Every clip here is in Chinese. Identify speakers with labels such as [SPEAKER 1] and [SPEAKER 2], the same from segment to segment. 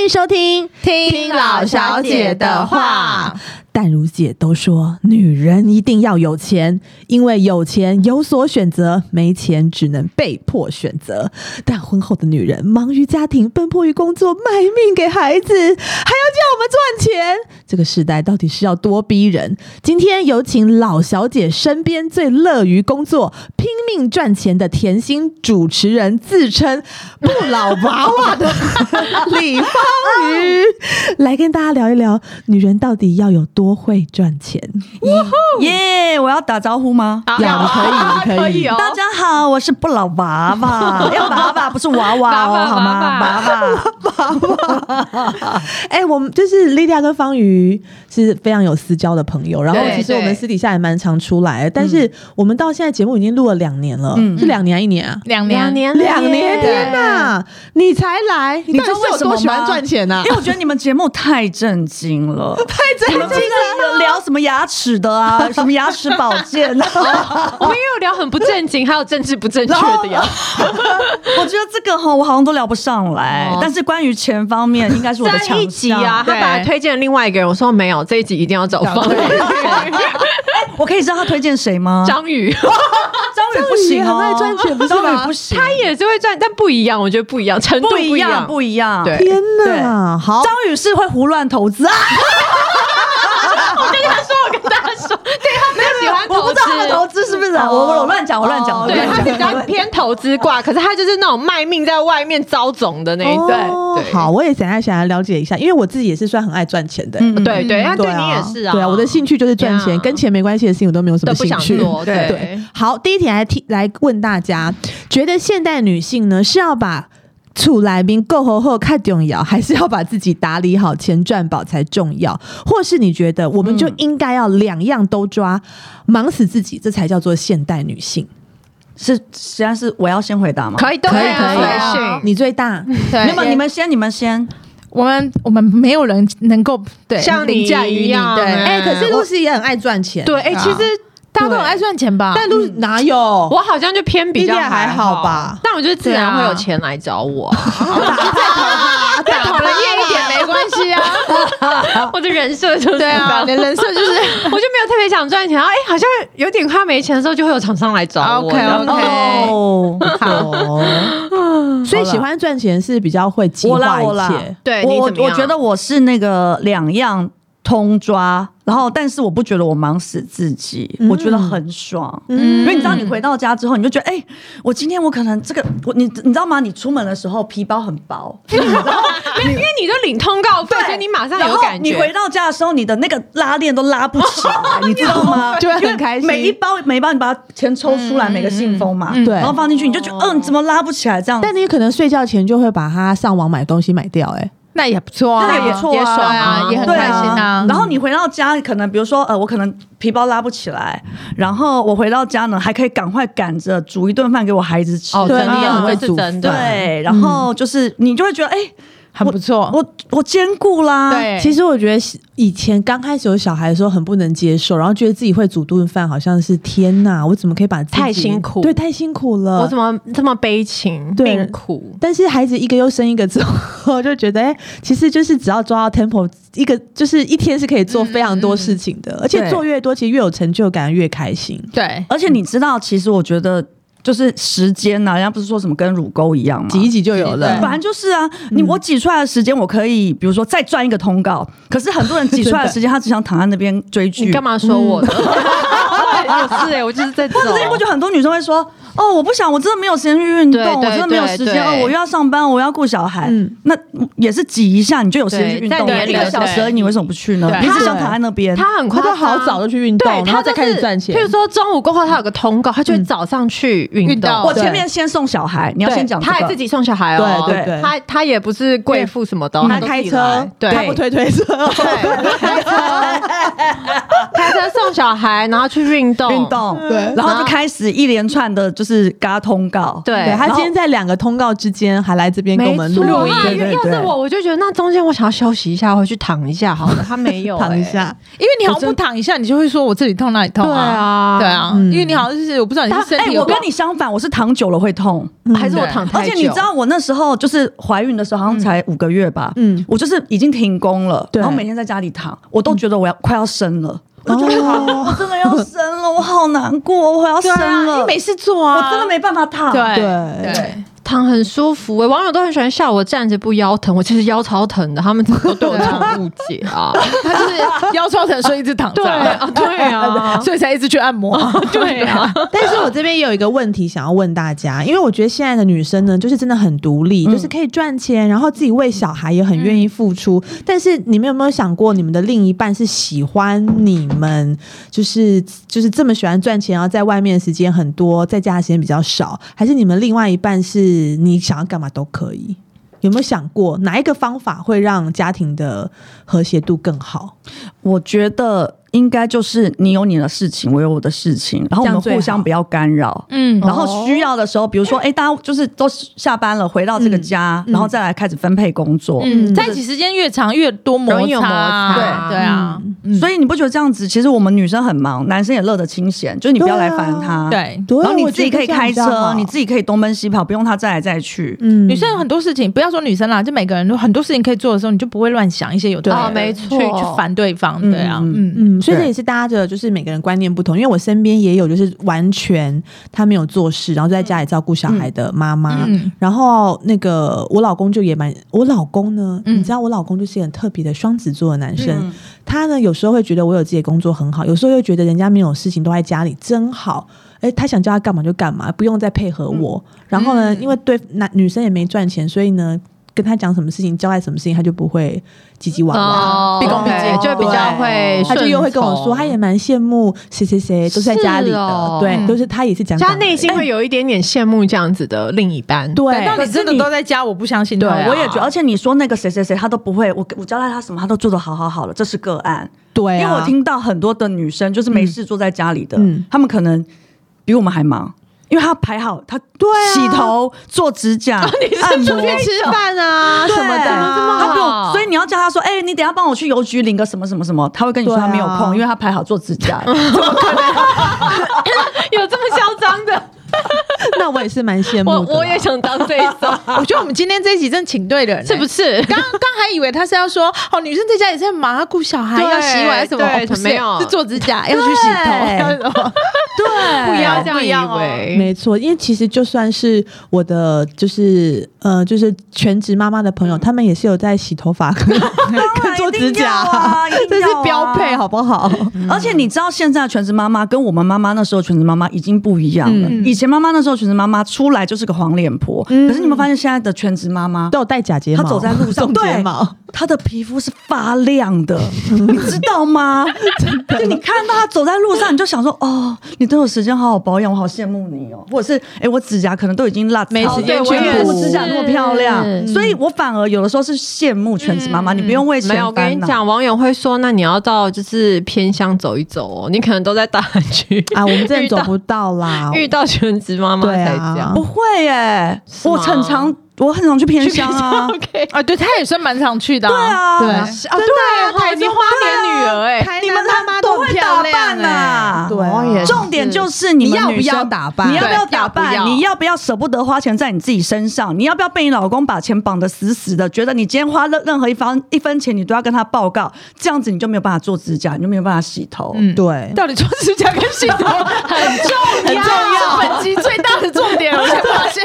[SPEAKER 1] 迎收听《
[SPEAKER 2] 听老小姐的话》。
[SPEAKER 1] 淡如姐都说，女人一定要有钱，因为有钱有所选择，没钱只能被迫选择。但婚后的女人忙于家庭，奔波于工作，卖命给孩子，还要叫我们赚钱。这个时代到底是要多逼人？今天有请老小姐身边最乐于工作、拼命赚钱的甜心主持人，自称不老娃娃的 李芳瑜，来跟大家聊一聊女人到底要有多会赚钱。
[SPEAKER 3] 耶！我要打招呼吗？
[SPEAKER 2] 啊
[SPEAKER 1] 要
[SPEAKER 2] 哦
[SPEAKER 1] 可以可以
[SPEAKER 3] 大家好，我是不老娃娃，要娃娃不是娃
[SPEAKER 2] 娃
[SPEAKER 3] 娃哦，
[SPEAKER 2] 娃
[SPEAKER 3] 好吗？
[SPEAKER 2] 娃
[SPEAKER 3] 娃娃，
[SPEAKER 1] 哎、我们就是莉莉亚跟方瑜是非常有私交的朋友，然后
[SPEAKER 2] 对
[SPEAKER 1] 其实我们
[SPEAKER 2] 对
[SPEAKER 1] 私底下也蛮常出来的，但是我们到现在节目已经录了两年了，
[SPEAKER 3] 嗯
[SPEAKER 1] 是两年还一年啊？
[SPEAKER 2] 两年
[SPEAKER 1] 年，两年，
[SPEAKER 2] 对
[SPEAKER 1] 天哪！你才来，你
[SPEAKER 3] 你
[SPEAKER 1] 到
[SPEAKER 3] 知
[SPEAKER 1] 底
[SPEAKER 3] 道
[SPEAKER 1] 是
[SPEAKER 3] 为
[SPEAKER 1] 有多
[SPEAKER 3] 什么吗？
[SPEAKER 1] 喜欢赚钱啊呐、
[SPEAKER 3] 因为我觉得你们节目太震惊了，太
[SPEAKER 1] 震惊了
[SPEAKER 3] 了！聊什么牙齿的啊，什么牙齿保健啊？
[SPEAKER 2] 我们也有聊很不正经，还有政治不正确的呀。
[SPEAKER 3] 我觉得这个哈，我好像都聊不上来
[SPEAKER 2] 哦。
[SPEAKER 3] 但是关于钱方面，应该是我 的
[SPEAKER 2] 在
[SPEAKER 3] 强
[SPEAKER 2] 一集
[SPEAKER 3] 项
[SPEAKER 2] 啊，他本来推荐另外一个人，我说没有，这一集一定要找方
[SPEAKER 3] 我可以知道他推荐谁吗？
[SPEAKER 2] 张 宇，哦
[SPEAKER 3] 张宇不
[SPEAKER 1] 张
[SPEAKER 3] 行
[SPEAKER 1] 宇
[SPEAKER 3] 哦，
[SPEAKER 1] 很爱赚钱不是吗
[SPEAKER 3] 张宇不行，
[SPEAKER 2] 他也是会赚，但不一样，我觉得不一样，程度
[SPEAKER 3] 不
[SPEAKER 2] 一
[SPEAKER 3] 一样，
[SPEAKER 2] 样，
[SPEAKER 3] 不一样。
[SPEAKER 2] 对
[SPEAKER 1] 天哪！好，
[SPEAKER 3] 张宇是会胡乱投资啊。
[SPEAKER 2] 我跟他说，我跟大家说，对他比较喜欢
[SPEAKER 3] 我
[SPEAKER 2] 投
[SPEAKER 3] 不知道他的投
[SPEAKER 2] 资。
[SPEAKER 3] 资是不是啊？
[SPEAKER 1] 哦
[SPEAKER 3] 我我乱讲，我乱讲，
[SPEAKER 1] 哦
[SPEAKER 3] 我
[SPEAKER 2] 对
[SPEAKER 3] 乱
[SPEAKER 2] 他
[SPEAKER 3] 讲。
[SPEAKER 2] 比 较偏投资挂，可是他就是那种卖命在外面招总的那一种。
[SPEAKER 1] 哦
[SPEAKER 2] 对，
[SPEAKER 1] 好，我也想要想要了解一下，因为我自己也是算很爱赚钱的。
[SPEAKER 3] 嗯
[SPEAKER 2] 对对，
[SPEAKER 1] 嗯
[SPEAKER 2] 他对
[SPEAKER 1] 啊
[SPEAKER 2] 你也是啊。
[SPEAKER 1] 对啊，我的兴趣就是赚钱
[SPEAKER 2] 对啊
[SPEAKER 1] 跟钱没关系的事情我都没有什么
[SPEAKER 2] 都不
[SPEAKER 1] 兴
[SPEAKER 2] 想
[SPEAKER 1] 趣。
[SPEAKER 2] 做。
[SPEAKER 3] 对
[SPEAKER 2] 对，
[SPEAKER 1] 好，第一题来提来问大家，觉得现代女性呢是要把处来宾够后后看重要，还是要把自己打理好、钱赚饱才重要？或是你觉得我们
[SPEAKER 2] 嗯
[SPEAKER 1] 就应该要两样都抓，忙死自己，这才叫做现代女性？
[SPEAKER 3] 是，实际上是我要先回答吗？
[SPEAKER 2] 可以，都
[SPEAKER 4] 可以
[SPEAKER 2] 啊
[SPEAKER 4] 可以
[SPEAKER 2] 随性
[SPEAKER 1] 你最大，
[SPEAKER 4] 对，
[SPEAKER 3] 没有，你们先，你们先。
[SPEAKER 4] 我们我们没有人能够对
[SPEAKER 2] 像你
[SPEAKER 4] 凌驾于
[SPEAKER 2] 一
[SPEAKER 4] 你，
[SPEAKER 2] 样
[SPEAKER 4] 对，
[SPEAKER 1] 哎、
[SPEAKER 2] 哎
[SPEAKER 1] 可是露西也很爱赚钱，
[SPEAKER 2] 对，哎，其实
[SPEAKER 4] 大家都很爱赚钱吧？
[SPEAKER 1] 但露西哪有？
[SPEAKER 2] 我好像就偏比较
[SPEAKER 1] 莉莉还好吧
[SPEAKER 2] 但我觉得自然会有钱来找我啊， 再讨人厌一点没关系啊。我的人设就是
[SPEAKER 4] 对啊，
[SPEAKER 2] 这
[SPEAKER 4] 人
[SPEAKER 2] 样
[SPEAKER 4] 人设就是
[SPEAKER 2] 我就没有特别想赚钱，然后哎，好像有点快没钱的时候，就会有厂商来找我。
[SPEAKER 4] OK，OK
[SPEAKER 2] 然后
[SPEAKER 4] OK
[SPEAKER 1] 哦，好， 所以喜欢赚钱是比较会计
[SPEAKER 3] 我啦，
[SPEAKER 1] 划
[SPEAKER 3] 我
[SPEAKER 1] 一
[SPEAKER 3] 啦
[SPEAKER 1] 切。。
[SPEAKER 2] 对
[SPEAKER 3] 我
[SPEAKER 2] 你
[SPEAKER 3] 我
[SPEAKER 2] 怎么
[SPEAKER 3] 我
[SPEAKER 2] 样
[SPEAKER 3] 觉得我是那个两样通抓，然后但是我不觉得我忙死自己，
[SPEAKER 2] 嗯
[SPEAKER 3] 我觉得很爽。因为你知道，你回到家之后，你就觉得，哎，我今天我可能这个，我你你知道吗？你出门的时候皮包很薄，
[SPEAKER 2] 没有因为你都领通告费，所以你马上
[SPEAKER 3] 然
[SPEAKER 2] 有
[SPEAKER 3] 后
[SPEAKER 2] 感觉。
[SPEAKER 3] 你回到家的时候，你的那个拉链都拉不起来，你知道吗？
[SPEAKER 4] 就会很开心
[SPEAKER 3] 每一包每一包，你把它钱抽出来，每个信封嘛，
[SPEAKER 1] 对
[SPEAKER 3] 然后放进去，你就觉得，嗯，你怎么拉不起来这样？
[SPEAKER 1] 但你可能睡觉前就会把它上网买东西买掉、哎，
[SPEAKER 4] 那也不错啊，
[SPEAKER 3] 那也不错啊
[SPEAKER 4] 也爽啊，
[SPEAKER 2] 对啊
[SPEAKER 4] 也很
[SPEAKER 3] 对
[SPEAKER 4] 开心啊
[SPEAKER 3] 啊。。然后你回到家，可能比如说，呃，我可能皮包拉不起来，然后我回到家呢，还可以赶快赶着煮一顿饭给我孩子吃。
[SPEAKER 2] 哦，
[SPEAKER 1] 对
[SPEAKER 2] 真的
[SPEAKER 1] 你很
[SPEAKER 2] 有
[SPEAKER 1] 会
[SPEAKER 2] 这是
[SPEAKER 1] 煮
[SPEAKER 2] 真的。
[SPEAKER 3] 对，然后就是你就会觉得，哎，
[SPEAKER 4] 很不错
[SPEAKER 3] 我我兼顾啦。
[SPEAKER 4] 对，
[SPEAKER 1] 其实我觉得以前刚开始有小孩的时候很不能接受，然后觉得自己会煮顿饭，好像是天哪，我怎么可以把自己
[SPEAKER 2] 太辛苦
[SPEAKER 1] 对，太辛苦了。
[SPEAKER 2] 我怎么这么悲情
[SPEAKER 1] 对
[SPEAKER 2] 命苦？
[SPEAKER 1] 但是孩子一个又生一个之后，就觉得哎、其实就是只要抓到 tempo，一个就是一天是可以做非常多事情的，而且
[SPEAKER 3] 对
[SPEAKER 1] 做越多，其实越有成就感，越开心。
[SPEAKER 4] 对，
[SPEAKER 3] 而且你知道，其实我觉得就是时间啊呐、人家不是说什么跟乳沟一样吗？
[SPEAKER 1] 挤一挤就有了
[SPEAKER 4] 对。
[SPEAKER 3] 反正就是啊，你
[SPEAKER 2] 嗯
[SPEAKER 3] 我挤出来的时间，我可以比如说再赚一个通告。可是很多人挤出来的时 间，他只想躺在那边追剧。
[SPEAKER 2] 你干？嘛说我的？ 我是哎，我就是在走
[SPEAKER 3] 或。者是你不觉得很多女生会说：“哦，我不想，我真的没有时间去运动，
[SPEAKER 2] 对对
[SPEAKER 3] 我真的没有时
[SPEAKER 2] 对
[SPEAKER 3] 间，哦，我又要上班，我要顾小孩。
[SPEAKER 1] 嗯
[SPEAKER 3] 那也是挤一下，你就有时间去运动
[SPEAKER 2] 对
[SPEAKER 3] 了。
[SPEAKER 2] 在
[SPEAKER 3] 一
[SPEAKER 2] 你的
[SPEAKER 3] 个小时而已，
[SPEAKER 2] 对
[SPEAKER 3] 你为什么不去呢？
[SPEAKER 2] 对
[SPEAKER 3] 你只想躺在那边。
[SPEAKER 2] 他很
[SPEAKER 1] 他
[SPEAKER 2] 快，
[SPEAKER 1] 都好早就去运动，
[SPEAKER 2] 对，
[SPEAKER 1] 然后
[SPEAKER 2] 他
[SPEAKER 1] 再
[SPEAKER 2] 就
[SPEAKER 1] 开
[SPEAKER 2] 是
[SPEAKER 1] 始赚钱。嗯
[SPEAKER 2] 譬如说中午过后，他有个通告，他就会早上去运
[SPEAKER 4] 运
[SPEAKER 2] 动
[SPEAKER 4] 动。
[SPEAKER 3] 我
[SPEAKER 1] 对
[SPEAKER 3] 前面先送小孩，你要
[SPEAKER 2] 对
[SPEAKER 3] 先讲这
[SPEAKER 2] 他
[SPEAKER 3] 个。
[SPEAKER 2] 还自己送小孩哦，
[SPEAKER 1] 对对对
[SPEAKER 2] 他他也不是贵妇什么的哦，
[SPEAKER 1] 他
[SPEAKER 2] 都
[SPEAKER 1] 开
[SPEAKER 2] 自己来
[SPEAKER 1] 车，
[SPEAKER 2] 对，
[SPEAKER 1] 他不推推车，
[SPEAKER 2] 对，开车，开车送小孩，然后去运动，
[SPEAKER 3] 运运动，
[SPEAKER 4] 对
[SPEAKER 3] 哦然后就开始一连串的就是嘎通告，
[SPEAKER 1] 对
[SPEAKER 2] 对，
[SPEAKER 1] 他
[SPEAKER 3] 然后
[SPEAKER 1] 今天在两个通告之间还来这边跟我们录
[SPEAKER 2] 没错啊
[SPEAKER 1] 音，
[SPEAKER 2] 因为
[SPEAKER 3] 对对
[SPEAKER 2] 要
[SPEAKER 3] 对
[SPEAKER 2] 是我，我就觉得那中间我想要休息一下，回去躺一下好了。他没有、
[SPEAKER 1] 躺一
[SPEAKER 2] 欸，
[SPEAKER 1] 下。
[SPEAKER 4] 因为你好像不躺一下，你就会说我这里痛那里痛
[SPEAKER 2] 对
[SPEAKER 4] 啊，
[SPEAKER 2] 啊，
[SPEAKER 4] 对啊，
[SPEAKER 1] 嗯
[SPEAKER 4] 因为你好像就是我不知道你
[SPEAKER 3] 他
[SPEAKER 4] 是身体
[SPEAKER 3] 哎，
[SPEAKER 4] 有嗯
[SPEAKER 3] 我
[SPEAKER 4] 多
[SPEAKER 3] 跟你相反，我是躺久了会痛。
[SPEAKER 2] 还是我
[SPEAKER 4] 对
[SPEAKER 2] 躺太
[SPEAKER 3] 而
[SPEAKER 2] 久。
[SPEAKER 3] 且你知道，我那时候就是怀孕的时候，好像才五个月吧，
[SPEAKER 1] 嗯
[SPEAKER 3] 嗯，我就是已经停工了，
[SPEAKER 1] 对
[SPEAKER 3] 然后每天在家里躺，我都觉得我要快要生了，我就觉得
[SPEAKER 1] 哦
[SPEAKER 3] 我真的要生了，我好难过，我要
[SPEAKER 4] 对
[SPEAKER 3] 生
[SPEAKER 4] 啊，
[SPEAKER 3] 了，
[SPEAKER 4] 你没事做
[SPEAKER 3] 我
[SPEAKER 4] 啊，
[SPEAKER 3] 真的没办法躺，
[SPEAKER 4] 对
[SPEAKER 1] 对
[SPEAKER 4] 对
[SPEAKER 2] 躺很舒服、欸，网友都很喜欢笑我站着不腰疼，我其实腰超疼的，他们都对我这种误解啊。
[SPEAKER 4] 他就是 腰酸疼，所以一直躺着，
[SPEAKER 2] 对啊，对啊，
[SPEAKER 4] 所以才一直去按摩。
[SPEAKER 2] 对啊，
[SPEAKER 1] 但是我这边有一个问题想要问大家，因为我觉得现在的女生呢，就是真的很独立，
[SPEAKER 3] 嗯
[SPEAKER 1] 就是可以赚钱，然后自己为小孩也很愿意付出。
[SPEAKER 3] 嗯
[SPEAKER 1] 但是你们有没有想过，你们的另一半是喜欢你们，就是就是这么喜欢赚钱，然后在外面的时间很多，在家的时间比较少，还是你们另外一半是你想要干嘛都可以？有没有想过哪一个方法会让家庭的和谐度更好？
[SPEAKER 3] 我觉得应该就是你有你的事情，我有我的事情，然后我
[SPEAKER 1] 这
[SPEAKER 3] 们
[SPEAKER 1] 样最好
[SPEAKER 3] 互相不要干扰。
[SPEAKER 4] 嗯
[SPEAKER 3] 然后需要的时候，比如说，哎，大家就是都下班了，回到这个家，
[SPEAKER 1] 哦嗯
[SPEAKER 3] 然后再来开始分配工作。
[SPEAKER 1] 嗯
[SPEAKER 4] 在一起时间越长越多摩
[SPEAKER 2] 容易有摩擦
[SPEAKER 4] 擦，对对啊，
[SPEAKER 1] 嗯
[SPEAKER 3] 所以你不觉得这样子，其实我们女生很忙，男生也乐得清闲，就是你不要来烦他。
[SPEAKER 4] 对。
[SPEAKER 2] 嗯
[SPEAKER 1] 对，啊
[SPEAKER 3] 然后你
[SPEAKER 1] 我
[SPEAKER 3] 自己
[SPEAKER 1] 觉得
[SPEAKER 3] 可以
[SPEAKER 1] 这样啊
[SPEAKER 3] 开
[SPEAKER 1] 比较好
[SPEAKER 3] 车，你自己可以东奔西跑，不用他载来载去。
[SPEAKER 1] 嗯
[SPEAKER 4] 女生有很多事情，不要说女生啦，就每个人都很多事情可以做的时候，你就不会乱想一些有的
[SPEAKER 2] 啊
[SPEAKER 4] 的
[SPEAKER 2] 没错
[SPEAKER 4] 去去烦对方，
[SPEAKER 3] 嗯
[SPEAKER 4] 对啊，
[SPEAKER 3] 嗯
[SPEAKER 4] 嗯，
[SPEAKER 1] 嗯，所以这
[SPEAKER 3] 对
[SPEAKER 1] 也是大家的，就是每个人观念不同。因为我身边也有，就是完全他没有做事，然后就在家里照顾小孩的妈妈。
[SPEAKER 4] 嗯
[SPEAKER 1] 然后那个我老公就也蛮，我老公呢，
[SPEAKER 4] 嗯
[SPEAKER 1] 你知道我老公就是一个很特别的双子座的男生，
[SPEAKER 3] 嗯
[SPEAKER 1] 他呢有时候会觉得我有自己的工作很好，有时候又觉得人家没有事情都在家里真好。哎，他想叫他干嘛就干嘛，不用再配合我。然后呢，
[SPEAKER 4] 嗯
[SPEAKER 1] 因为对男女生也没赚钱，所以呢，跟他讲什么事情，交代什么事情，他就不会唧唧哇哇。
[SPEAKER 2] 哦，
[SPEAKER 4] 毕恭毕敬
[SPEAKER 2] 就会比较会，
[SPEAKER 1] 他就又会跟我说，他也蛮羡慕谁谁谁都是在家里的，
[SPEAKER 2] 是哦
[SPEAKER 1] 对，
[SPEAKER 4] 嗯
[SPEAKER 1] 都是他也是讲
[SPEAKER 2] 就
[SPEAKER 1] 讲
[SPEAKER 2] 他
[SPEAKER 1] 而已，
[SPEAKER 2] 内心会有一点点羡慕这样子的另一半。
[SPEAKER 1] 对
[SPEAKER 4] 等到
[SPEAKER 3] 可
[SPEAKER 4] 你
[SPEAKER 3] 是
[SPEAKER 4] 真的
[SPEAKER 3] 你
[SPEAKER 4] 都在家，我不相信他
[SPEAKER 2] 对啊
[SPEAKER 3] 我也觉得，而且你说那个谁谁谁，他都不会，我我交代他什么，他都做的好好好了，这是个案。
[SPEAKER 1] 对、啊，
[SPEAKER 3] 因为我听到很多的女生就是没事坐在家里的，
[SPEAKER 1] 嗯
[SPEAKER 3] 她们可能比我们还忙，因为她排好，她对、
[SPEAKER 1] 啊
[SPEAKER 3] 洗头、做 指甲、按摩。
[SPEAKER 4] 吃
[SPEAKER 1] 哦
[SPEAKER 4] 饭 啊
[SPEAKER 3] 对
[SPEAKER 4] 什么的啊，
[SPEAKER 2] 这么
[SPEAKER 3] 她
[SPEAKER 2] 好
[SPEAKER 3] 不用，所以你要叫她说，哎、你等一下帮我去邮局领个什么什么什么，她会跟你说
[SPEAKER 1] 对啊
[SPEAKER 3] 她没有空，因为她排好做指甲。
[SPEAKER 2] 有这么嚣张的，
[SPEAKER 1] 那我也是蛮羡
[SPEAKER 2] 我
[SPEAKER 1] 慕的啦，
[SPEAKER 2] 我也想当这 一种，
[SPEAKER 4] 我觉得我们今天这一集真请对人，
[SPEAKER 2] 是不
[SPEAKER 4] 是？
[SPEAKER 2] 是？
[SPEAKER 4] 刚刚还以为他是要说，哦，女生在家也在忙，要顾小孩，
[SPEAKER 2] 对
[SPEAKER 4] 要洗碗什么，
[SPEAKER 2] 对
[SPEAKER 4] 哦不是
[SPEAKER 2] 没有
[SPEAKER 4] 是做指甲，要去洗头，
[SPEAKER 3] 对
[SPEAKER 4] 要什么？
[SPEAKER 3] 对，
[SPEAKER 2] 不要这
[SPEAKER 4] 不
[SPEAKER 2] 样
[SPEAKER 4] 一样哦
[SPEAKER 2] 以为，
[SPEAKER 1] 没错，因为其实就算是我的，就是呃，就是全职妈妈的朋友，他们也是有在洗头发跟跟做指甲，
[SPEAKER 3] 啊，一定
[SPEAKER 1] 这
[SPEAKER 3] 要啊
[SPEAKER 1] 是标配，。好不 好？
[SPEAKER 3] 而且你知道，现在全职妈妈跟我们妈妈那时候全职妈妈已经不一样了。
[SPEAKER 4] 嗯
[SPEAKER 3] 以前妈妈那时候全职妈妈出来就是个黄脸婆，
[SPEAKER 1] 嗯
[SPEAKER 3] 可是你们发现现在的全职妈妈
[SPEAKER 1] 都有戴假睫毛，
[SPEAKER 3] 他走在路上
[SPEAKER 1] 种睫毛，
[SPEAKER 3] 她的皮肤是发亮的，你知道吗？就你看到她走在路上，你就想说，哦，你都有时间好好保养，我好羡慕你哦。或者是，哎、我指甲可能都已经辣，
[SPEAKER 4] 没时间
[SPEAKER 3] 哦
[SPEAKER 4] 去
[SPEAKER 3] 对我也
[SPEAKER 4] 补
[SPEAKER 3] 我指甲那么漂亮，
[SPEAKER 2] 是
[SPEAKER 3] 所以我反而有的时候是羡慕全职妈妈，你不用为钱
[SPEAKER 2] 没有，我跟
[SPEAKER 3] 烦
[SPEAKER 2] 你
[SPEAKER 3] 恼。
[SPEAKER 2] 讲，网友会说，那你要到就是偏乡走一走哦，你可能都在大安区
[SPEAKER 1] 啊，我们真的
[SPEAKER 2] 遇到
[SPEAKER 1] 走不到啦。
[SPEAKER 2] 遇到全职妈妈
[SPEAKER 1] 对
[SPEAKER 2] 才
[SPEAKER 1] 啊
[SPEAKER 2] 这样
[SPEAKER 3] 不。会耶、
[SPEAKER 2] 吗
[SPEAKER 3] 我很常我很常去偏乡啊，
[SPEAKER 2] OK，
[SPEAKER 4] 啊，对，他也算蛮常去的，
[SPEAKER 3] 对啊
[SPEAKER 4] 对，
[SPEAKER 2] 啊，对啊，台
[SPEAKER 4] 中
[SPEAKER 2] 中花莲女儿哎，
[SPEAKER 4] 台
[SPEAKER 3] 你
[SPEAKER 4] 南
[SPEAKER 3] 们
[SPEAKER 4] 他妈
[SPEAKER 3] 都
[SPEAKER 4] 都
[SPEAKER 3] 会
[SPEAKER 4] 很
[SPEAKER 3] 打
[SPEAKER 4] 漂亮
[SPEAKER 3] 扮呐、
[SPEAKER 1] 对啊
[SPEAKER 2] 哦也是
[SPEAKER 3] 重点就是你们
[SPEAKER 4] 你要不
[SPEAKER 3] 女生
[SPEAKER 4] 要打扮
[SPEAKER 3] 你要不要
[SPEAKER 2] 对
[SPEAKER 3] 打扮？
[SPEAKER 2] 要不要
[SPEAKER 3] 你要不要舍不得花钱在你自己身上？你要不要被你老公把钱绑得死死的？觉得你今天花任任何一方一分钱，你都要跟他报告，这样子你就没有办法做指甲，你就没有办法洗头。
[SPEAKER 4] 嗯
[SPEAKER 1] 对，
[SPEAKER 4] 到底做指甲跟洗头很重要，很重要，本集最大的重点，我才发现。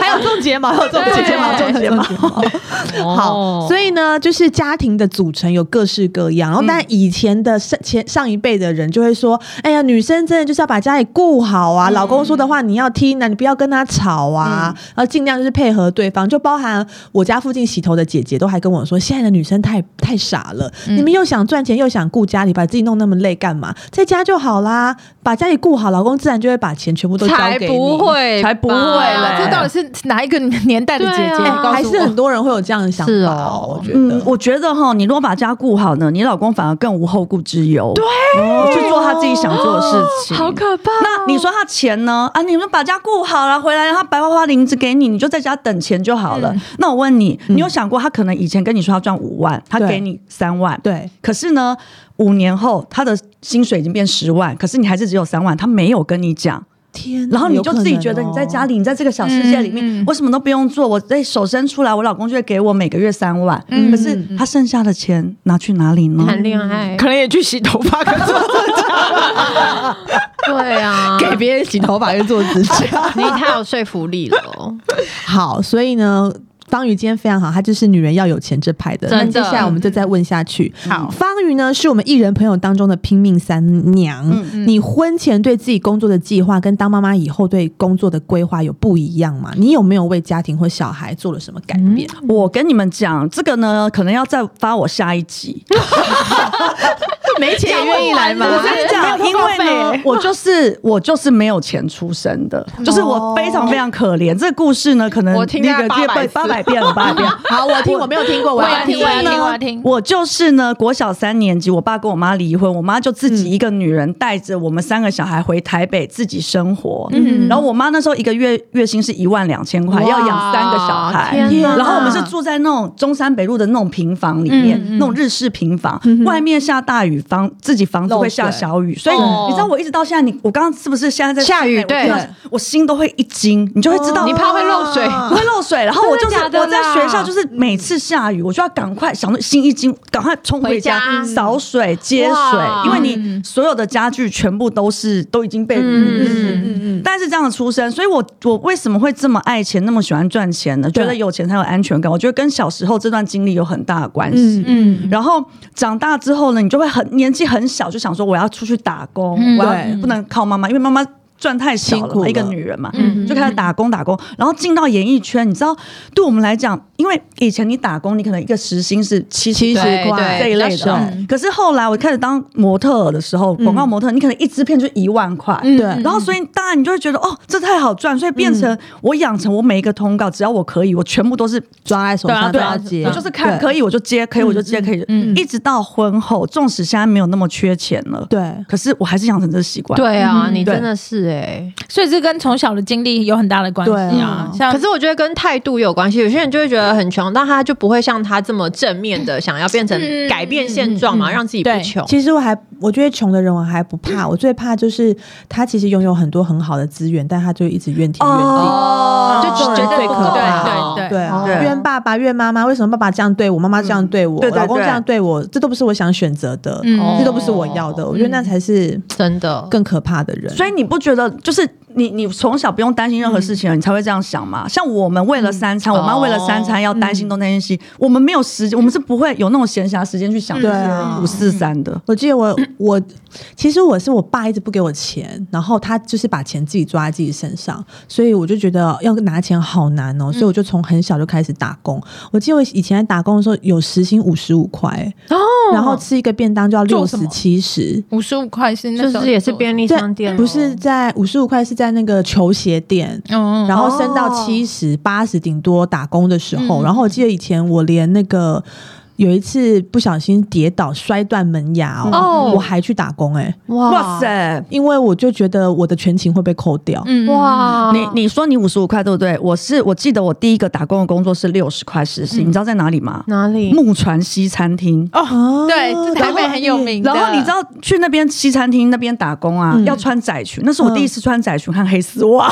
[SPEAKER 1] 还有种睫毛，还有种
[SPEAKER 2] 对
[SPEAKER 1] 睫毛，种睫毛，种睫毛。
[SPEAKER 2] 哦
[SPEAKER 1] 好，所以呢，就是家庭的组成有各式各样。然后，但以前的上前上一辈的人就会说：“哎呀，女生真的就是要把家里顾好啊，老公说的话你要听啊，你不要跟他吵啊，然后尽量就是配合对方。”就包含我家附近洗头的姐姐都还跟我说：“现在的女生太太傻了，你们又想赚钱又想顾家里，把自己弄那么累干嘛？在家就好啦，把家里顾好，老公自然就会把钱全部都交
[SPEAKER 2] 才
[SPEAKER 1] 给你。”
[SPEAKER 2] 不会吧，
[SPEAKER 3] 才不会嘞
[SPEAKER 4] 这到底是哪一个个年代的姐姐，
[SPEAKER 2] 对啊
[SPEAKER 4] 你告
[SPEAKER 1] 哎还
[SPEAKER 4] 诉
[SPEAKER 1] 是很
[SPEAKER 4] 我。
[SPEAKER 1] 多人会有这样的想法、
[SPEAKER 2] 是
[SPEAKER 1] 哦
[SPEAKER 2] 哦，
[SPEAKER 1] 我觉
[SPEAKER 3] 嗯
[SPEAKER 1] 得，。
[SPEAKER 3] 我觉得哈，你如果把家顾好呢，你老公反而更无后顾之忧，对，去做他自己想做的事情，
[SPEAKER 2] 好可怕哦！
[SPEAKER 3] 那你说他钱呢？啊，你们把家顾好了，回来他白花花零子给你，你就在家等钱就好
[SPEAKER 4] 嗯
[SPEAKER 3] 了。那我问你，你有想过他可能以前跟你说他赚五万，他
[SPEAKER 1] 对
[SPEAKER 3] 给你三万，
[SPEAKER 1] 对，
[SPEAKER 3] 可是呢，五年后他的薪水已经变十万，可是你还是只有三万，他没有跟你讲，
[SPEAKER 1] 天哪，
[SPEAKER 3] 然后你就自己觉
[SPEAKER 1] 有可
[SPEAKER 3] 得
[SPEAKER 1] 能
[SPEAKER 3] 你
[SPEAKER 1] 哦
[SPEAKER 3] 在家里，你在这个小世界里
[SPEAKER 4] 嗯
[SPEAKER 3] 面
[SPEAKER 4] 嗯，
[SPEAKER 3] 我什么都不用做，我在手伸出来，我老公就会给我每个月三万，
[SPEAKER 4] 嗯
[SPEAKER 3] 可是他剩下的钱拿去哪里呢？
[SPEAKER 2] 谈恋
[SPEAKER 1] 哦
[SPEAKER 2] 爱，
[SPEAKER 4] 可能也去洗头发跟做指
[SPEAKER 2] 对啊，
[SPEAKER 1] 给别人洗头发跟做指 甲，
[SPEAKER 2] 你太有说服力了。
[SPEAKER 1] 好，所以呢，方瑜今天非常好，她就是女人要有钱这派的。
[SPEAKER 2] 真
[SPEAKER 1] 那
[SPEAKER 2] 的
[SPEAKER 1] 接下来我们就再问下去。
[SPEAKER 4] 好
[SPEAKER 1] 方瑜呢是我们艺人朋友当中的拼命三娘。你婚前对自己工作的计划跟当妈妈以后对工作的规划有不一样吗？你有没有为家庭或小孩做了什么改变？
[SPEAKER 3] 我跟你们讲，这个呢，可能要再发我下一集。
[SPEAKER 4] 没钱也愿意来吗？
[SPEAKER 3] 我跟你讲，因为呢，我就是我就是没有钱出生的，就是我非常非常可怜。这个故事呢，可能
[SPEAKER 2] 我听
[SPEAKER 3] 那
[SPEAKER 2] 大概
[SPEAKER 3] 个月被
[SPEAKER 2] 800
[SPEAKER 3] 八百遍了，八百遍。
[SPEAKER 1] 好，我听我没有听过，我
[SPEAKER 4] 我
[SPEAKER 1] 要
[SPEAKER 4] 要听，
[SPEAKER 1] 听
[SPEAKER 4] 我。要
[SPEAKER 3] 呢
[SPEAKER 4] 听，我要听。
[SPEAKER 3] 我就是呢，国小三年级，我爸跟我妈离婚，我妈就自己一个女人带着我们三个小孩回台北自己生活。
[SPEAKER 4] 嗯
[SPEAKER 3] 然后我妈那时候一个月月薪是一万两千块，
[SPEAKER 2] 哇
[SPEAKER 3] 要养三个小孩
[SPEAKER 2] 天。哪
[SPEAKER 3] 然后我们是住在那种中山北路的那种平房里面，
[SPEAKER 4] 嗯嗯嗯
[SPEAKER 3] 那种日式平房，外面下大雨，房自己房子会下小雨，所以
[SPEAKER 4] 哦
[SPEAKER 3] 你知道我一直到现在，你我刚刚是不是现在在
[SPEAKER 4] 下雨
[SPEAKER 3] 室内我
[SPEAKER 4] 对
[SPEAKER 3] 听
[SPEAKER 4] 哦
[SPEAKER 3] 到我心都会一惊，你就会知道
[SPEAKER 2] 你怕会漏水
[SPEAKER 3] 不会漏水。然后我就是
[SPEAKER 2] 啊真的假的啦
[SPEAKER 3] 我在学校，就是每次下雨，我就要赶快想着心一惊，赶快冲回家
[SPEAKER 2] 回家
[SPEAKER 3] 扫水、接水
[SPEAKER 2] 哇，
[SPEAKER 3] 因为你所有的家具全部都是都已经被
[SPEAKER 2] 嗯
[SPEAKER 1] 嗯嗯，
[SPEAKER 3] 但是这样的出身，所以我我为什么会这么爱钱，那么喜欢赚钱呢？
[SPEAKER 1] 对
[SPEAKER 3] 觉得有钱才有安全感，我觉得跟小时候这段经历有很大的关系。
[SPEAKER 4] 嗯，
[SPEAKER 3] 然后长大之后呢，你就会很年纪很小就想说我要出去打工，
[SPEAKER 4] 嗯
[SPEAKER 3] 我
[SPEAKER 1] 对
[SPEAKER 3] 要不能靠妈妈，因为妈妈赚太少
[SPEAKER 1] 辛
[SPEAKER 3] 了
[SPEAKER 1] 苦了
[SPEAKER 3] 嘛，一个女人嘛，
[SPEAKER 4] 嗯
[SPEAKER 3] 就开始打工打工，然后进到演艺圈，你知道，对我们来讲，因为以前你打工，你可能一个时薪是七
[SPEAKER 1] 七十
[SPEAKER 4] 对
[SPEAKER 1] 块
[SPEAKER 4] 对
[SPEAKER 3] 这一类
[SPEAKER 1] 比
[SPEAKER 3] 的
[SPEAKER 1] 较少
[SPEAKER 3] 哦，可是后来我开始当模特儿的时候，广告模特儿，你可能一支片就一万块，
[SPEAKER 4] 嗯
[SPEAKER 1] 对
[SPEAKER 3] 然后所以当然你就会觉得哦，这太好赚，所以变成我养成我每一个通告，只要我可以，我全部都是
[SPEAKER 1] 抓在手上
[SPEAKER 3] 对
[SPEAKER 1] 就
[SPEAKER 3] 啊
[SPEAKER 1] 要接，
[SPEAKER 3] 我就是看可
[SPEAKER 1] 以，
[SPEAKER 3] 以我就接，可以我就接，可以，
[SPEAKER 4] 嗯
[SPEAKER 3] 一直到婚后，纵使现在没有那么缺钱了，
[SPEAKER 1] 对，
[SPEAKER 3] 可是我还是养成这个习惯。
[SPEAKER 2] 对啊，你
[SPEAKER 3] 对
[SPEAKER 2] 真的是哎。
[SPEAKER 4] 所以这跟从小的经历有很大的关系啊。
[SPEAKER 1] 对
[SPEAKER 4] 像
[SPEAKER 2] 可是我觉得跟态度有关系，有些人就会觉得很穷，但他就不会像他这么正面的想要变成
[SPEAKER 4] 嗯
[SPEAKER 2] 改变现状嘛，
[SPEAKER 4] 嗯嗯嗯
[SPEAKER 2] 让自己不
[SPEAKER 4] 对
[SPEAKER 2] 穷。
[SPEAKER 1] 其实我还我觉得穷的人我还不
[SPEAKER 4] 嗯
[SPEAKER 1] 怕，我最怕就是他其实拥有很多很好的资源，但他就一直怨天怨地。
[SPEAKER 3] 哦
[SPEAKER 1] 就觉得
[SPEAKER 4] 对
[SPEAKER 1] 最可怕
[SPEAKER 4] 对
[SPEAKER 1] 对啊，
[SPEAKER 3] 对
[SPEAKER 1] 怨爸爸怨妈妈，为什么爸爸这样对我，妈妈这样对我，
[SPEAKER 3] 对对对
[SPEAKER 1] 老公这样对我，这都不是我想选择的，
[SPEAKER 4] 嗯哦
[SPEAKER 1] 这都不是我要的。我觉得那才是
[SPEAKER 2] 真的。
[SPEAKER 1] 更可怕的人。
[SPEAKER 3] 所以你不觉得就是你你从小不用担心任何事情了，你才会这样想吗？像我们为了三餐，我妈为了三餐要担心东担心西，我们没有时间，我们是不会有那种闲暇时间去想
[SPEAKER 1] 对啊
[SPEAKER 4] 嗯
[SPEAKER 3] 五四三的。
[SPEAKER 1] 我记得我我其实我是我爸一直不给我钱，然后他就是把钱自己抓在自己身上，所以我就觉得要拿钱好难哦，所以
[SPEAKER 4] 嗯
[SPEAKER 1] 我就从很小就开始打工。我记得我以前在打工的时候有时薪五十五块，
[SPEAKER 4] 哦，
[SPEAKER 1] 然后吃一个便当就要六
[SPEAKER 4] 做什
[SPEAKER 1] 十
[SPEAKER 4] 么
[SPEAKER 1] 七十。
[SPEAKER 4] 五十五块是那
[SPEAKER 2] 就
[SPEAKER 4] 时候
[SPEAKER 2] 是也是便利
[SPEAKER 1] 在
[SPEAKER 2] 商店，
[SPEAKER 4] 哦
[SPEAKER 1] 不是在五十五块，是在那个球鞋店，
[SPEAKER 4] 嗯，
[SPEAKER 1] 然
[SPEAKER 4] 后
[SPEAKER 1] 后升到七十八十，顶多打工的时
[SPEAKER 4] 嗯
[SPEAKER 1] 候。然后我记得以前我连那个有一次不小心跌倒摔断门牙哦，
[SPEAKER 2] 哦
[SPEAKER 1] 我还去打工哎、
[SPEAKER 3] 哇塞！
[SPEAKER 1] 因为我就觉得我的全勤会被扣掉。
[SPEAKER 4] 嗯，
[SPEAKER 2] 哇，
[SPEAKER 3] 你你说你五十五块对不对？我是我记得我第一个打工的工作是六十块时薪，你知道在哪里吗？
[SPEAKER 2] 哪里？
[SPEAKER 3] 木船西餐厅。嗯
[SPEAKER 1] 哦
[SPEAKER 4] 对，这台北很有。名的。
[SPEAKER 3] 然后你知道去那边西餐厅那边打工啊，
[SPEAKER 1] 嗯
[SPEAKER 3] 要穿窄裙，那是我第一次穿窄裙和黑丝袜。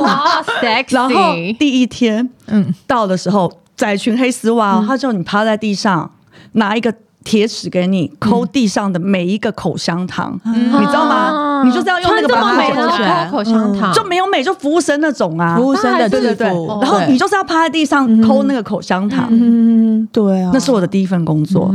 [SPEAKER 2] 哇，sexy！
[SPEAKER 3] 然后第一天，嗯，到的时候窄裙黑丝袜哦，
[SPEAKER 1] 嗯
[SPEAKER 3] 他叫你趴在地上，拿一个铁尺给你抠地上的每一个口香糖，
[SPEAKER 1] 嗯
[SPEAKER 3] 你知道吗？你就是要用那个把它
[SPEAKER 2] 美
[SPEAKER 3] 抠
[SPEAKER 2] 的
[SPEAKER 3] 起来，
[SPEAKER 2] 口香糖，
[SPEAKER 3] 就没有美就服务生那种啊，
[SPEAKER 1] 服务生的
[SPEAKER 2] 那还是
[SPEAKER 1] 制
[SPEAKER 3] 对对哦
[SPEAKER 1] 服，
[SPEAKER 3] 对，然后你就是要趴在地上抠那个口香糖，
[SPEAKER 1] 嗯，对啊，嗯
[SPEAKER 3] 那是我的第一份工作。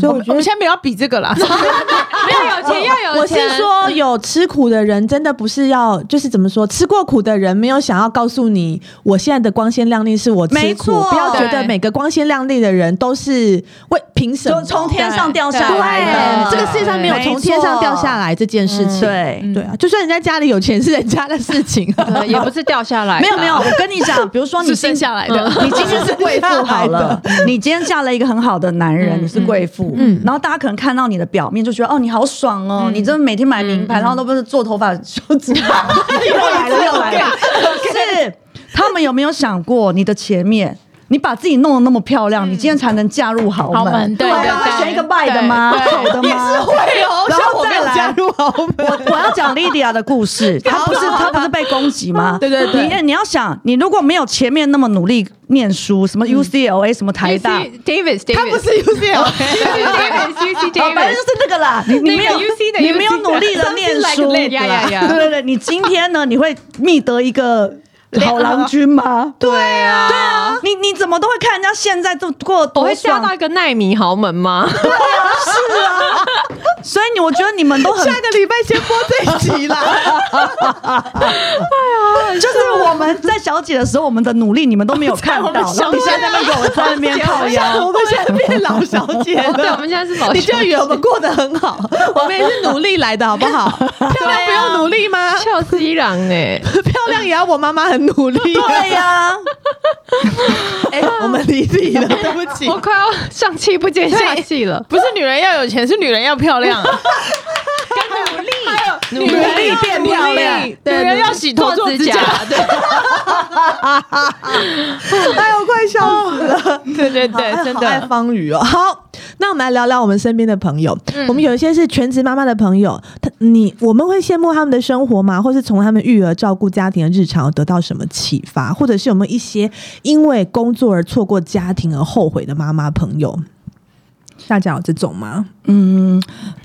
[SPEAKER 1] 所以我觉
[SPEAKER 4] 我
[SPEAKER 1] 得
[SPEAKER 4] 们。先不要比这个啦，
[SPEAKER 2] 要有钱，要
[SPEAKER 1] 我是说，有吃苦的人真的不是要，就是怎么说，吃过苦的人没有想要告诉你，我现在的光鲜亮丽是我吃
[SPEAKER 3] 没
[SPEAKER 1] 苦，
[SPEAKER 3] 错
[SPEAKER 1] 不要觉得
[SPEAKER 4] 对
[SPEAKER 1] 每个光鲜亮丽的人都是为凭什
[SPEAKER 3] 就
[SPEAKER 1] 么？
[SPEAKER 3] 从天上掉下
[SPEAKER 1] 对
[SPEAKER 3] 来的，
[SPEAKER 1] 这个世界上没有从天上掉下来这件事情，
[SPEAKER 3] 对对，
[SPEAKER 1] 对啊，就算人家家里有钱是人家的事情、啊，
[SPEAKER 2] 对也不是掉下来的，
[SPEAKER 3] 没有没有，我跟你讲，比如说你
[SPEAKER 4] 是
[SPEAKER 3] 今
[SPEAKER 4] 生下来的，
[SPEAKER 3] 你今天是贵妇好了，你今天嫁了一个很好的男人，你是贵妇，嗯，然后大家可能看到你的表面就觉得哦，你好爽哦，你真的每天买名牌，然后都不是做头发、修指甲，又来了 又来了，是他们有没有想过你的前面？你把自己弄得那么漂亮，你今天才能嫁入豪
[SPEAKER 4] 豪
[SPEAKER 3] 门
[SPEAKER 4] 门，对
[SPEAKER 3] 啊
[SPEAKER 4] 对
[SPEAKER 3] 会
[SPEAKER 4] 对
[SPEAKER 3] 选一个败的吗？
[SPEAKER 4] 对
[SPEAKER 3] 好的吗？
[SPEAKER 1] 哦
[SPEAKER 3] 然后我
[SPEAKER 1] 再
[SPEAKER 3] 再来
[SPEAKER 1] 加入啊豪 门，
[SPEAKER 3] 我我要讲莉迪亚的故 事，她不是她不是被攻击 吗？
[SPEAKER 1] 对对对
[SPEAKER 3] 你你要想，你如果没有前面那么努力念书，什么 UCLA 什么台大，哦
[SPEAKER 2] Davis，
[SPEAKER 1] 他不是 UCL，
[SPEAKER 2] Davis，UC
[SPEAKER 3] 哦反正就
[SPEAKER 2] Davis，
[SPEAKER 3] 是那个啦，你你没有
[SPEAKER 2] 那个 UC 的
[SPEAKER 3] 你没有
[SPEAKER 2] UC 的
[SPEAKER 3] 努力的念
[SPEAKER 2] something
[SPEAKER 3] 书，对
[SPEAKER 2] like that，呀呀呀
[SPEAKER 3] 对对，你今天呢，你会觅得一个 好郎君吗？啊对啊，对啊，你你怎么都会看人家现在都过得
[SPEAKER 2] 我
[SPEAKER 3] 多
[SPEAKER 2] 会嫁
[SPEAKER 3] 爽，
[SPEAKER 2] 到一个奈米豪门 吗？
[SPEAKER 3] 是啊，所以你我觉得你们都 很
[SPEAKER 1] 下个礼拜先播这一集啦。
[SPEAKER 3] 就是我们在小姐的时候， 我们的努力你们都没有看到，然啊后你现在在那边给我在那边 靠腰，
[SPEAKER 1] 我们现在变老小姐了，
[SPEAKER 2] 对，我们现在是老
[SPEAKER 1] 你就以为我们过得很好，我们也是努力来的好不好？漂亮不用努力 吗？
[SPEAKER 2] 俏西郎哎，
[SPEAKER 1] 漂亮也要我妈妈很努力。
[SPEAKER 3] 对呀、
[SPEAKER 1] 哎，我们离题了，对不起。
[SPEAKER 2] 我快要哦上气不接下气了。
[SPEAKER 4] 不是女人要有钱，是女人要漂亮啊，
[SPEAKER 1] 努
[SPEAKER 4] 力
[SPEAKER 1] 变漂亮
[SPEAKER 4] 女人要洗头做指甲，对
[SPEAKER 1] 哎呦，快笑死了！
[SPEAKER 4] 对对对，
[SPEAKER 1] 哎
[SPEAKER 4] 真
[SPEAKER 1] 好爱
[SPEAKER 4] 的。
[SPEAKER 1] 方宇哦。 好，那我们来聊聊我们身边的朋友。我们有一些是全职妈妈的朋友，他你我们会羡慕他们的生活吗？或是从他们育儿、照顾家庭的日常得到什么启发？或者是有没有一些因为工作而错过家庭而后悔的妈妈朋友？大家有这种吗？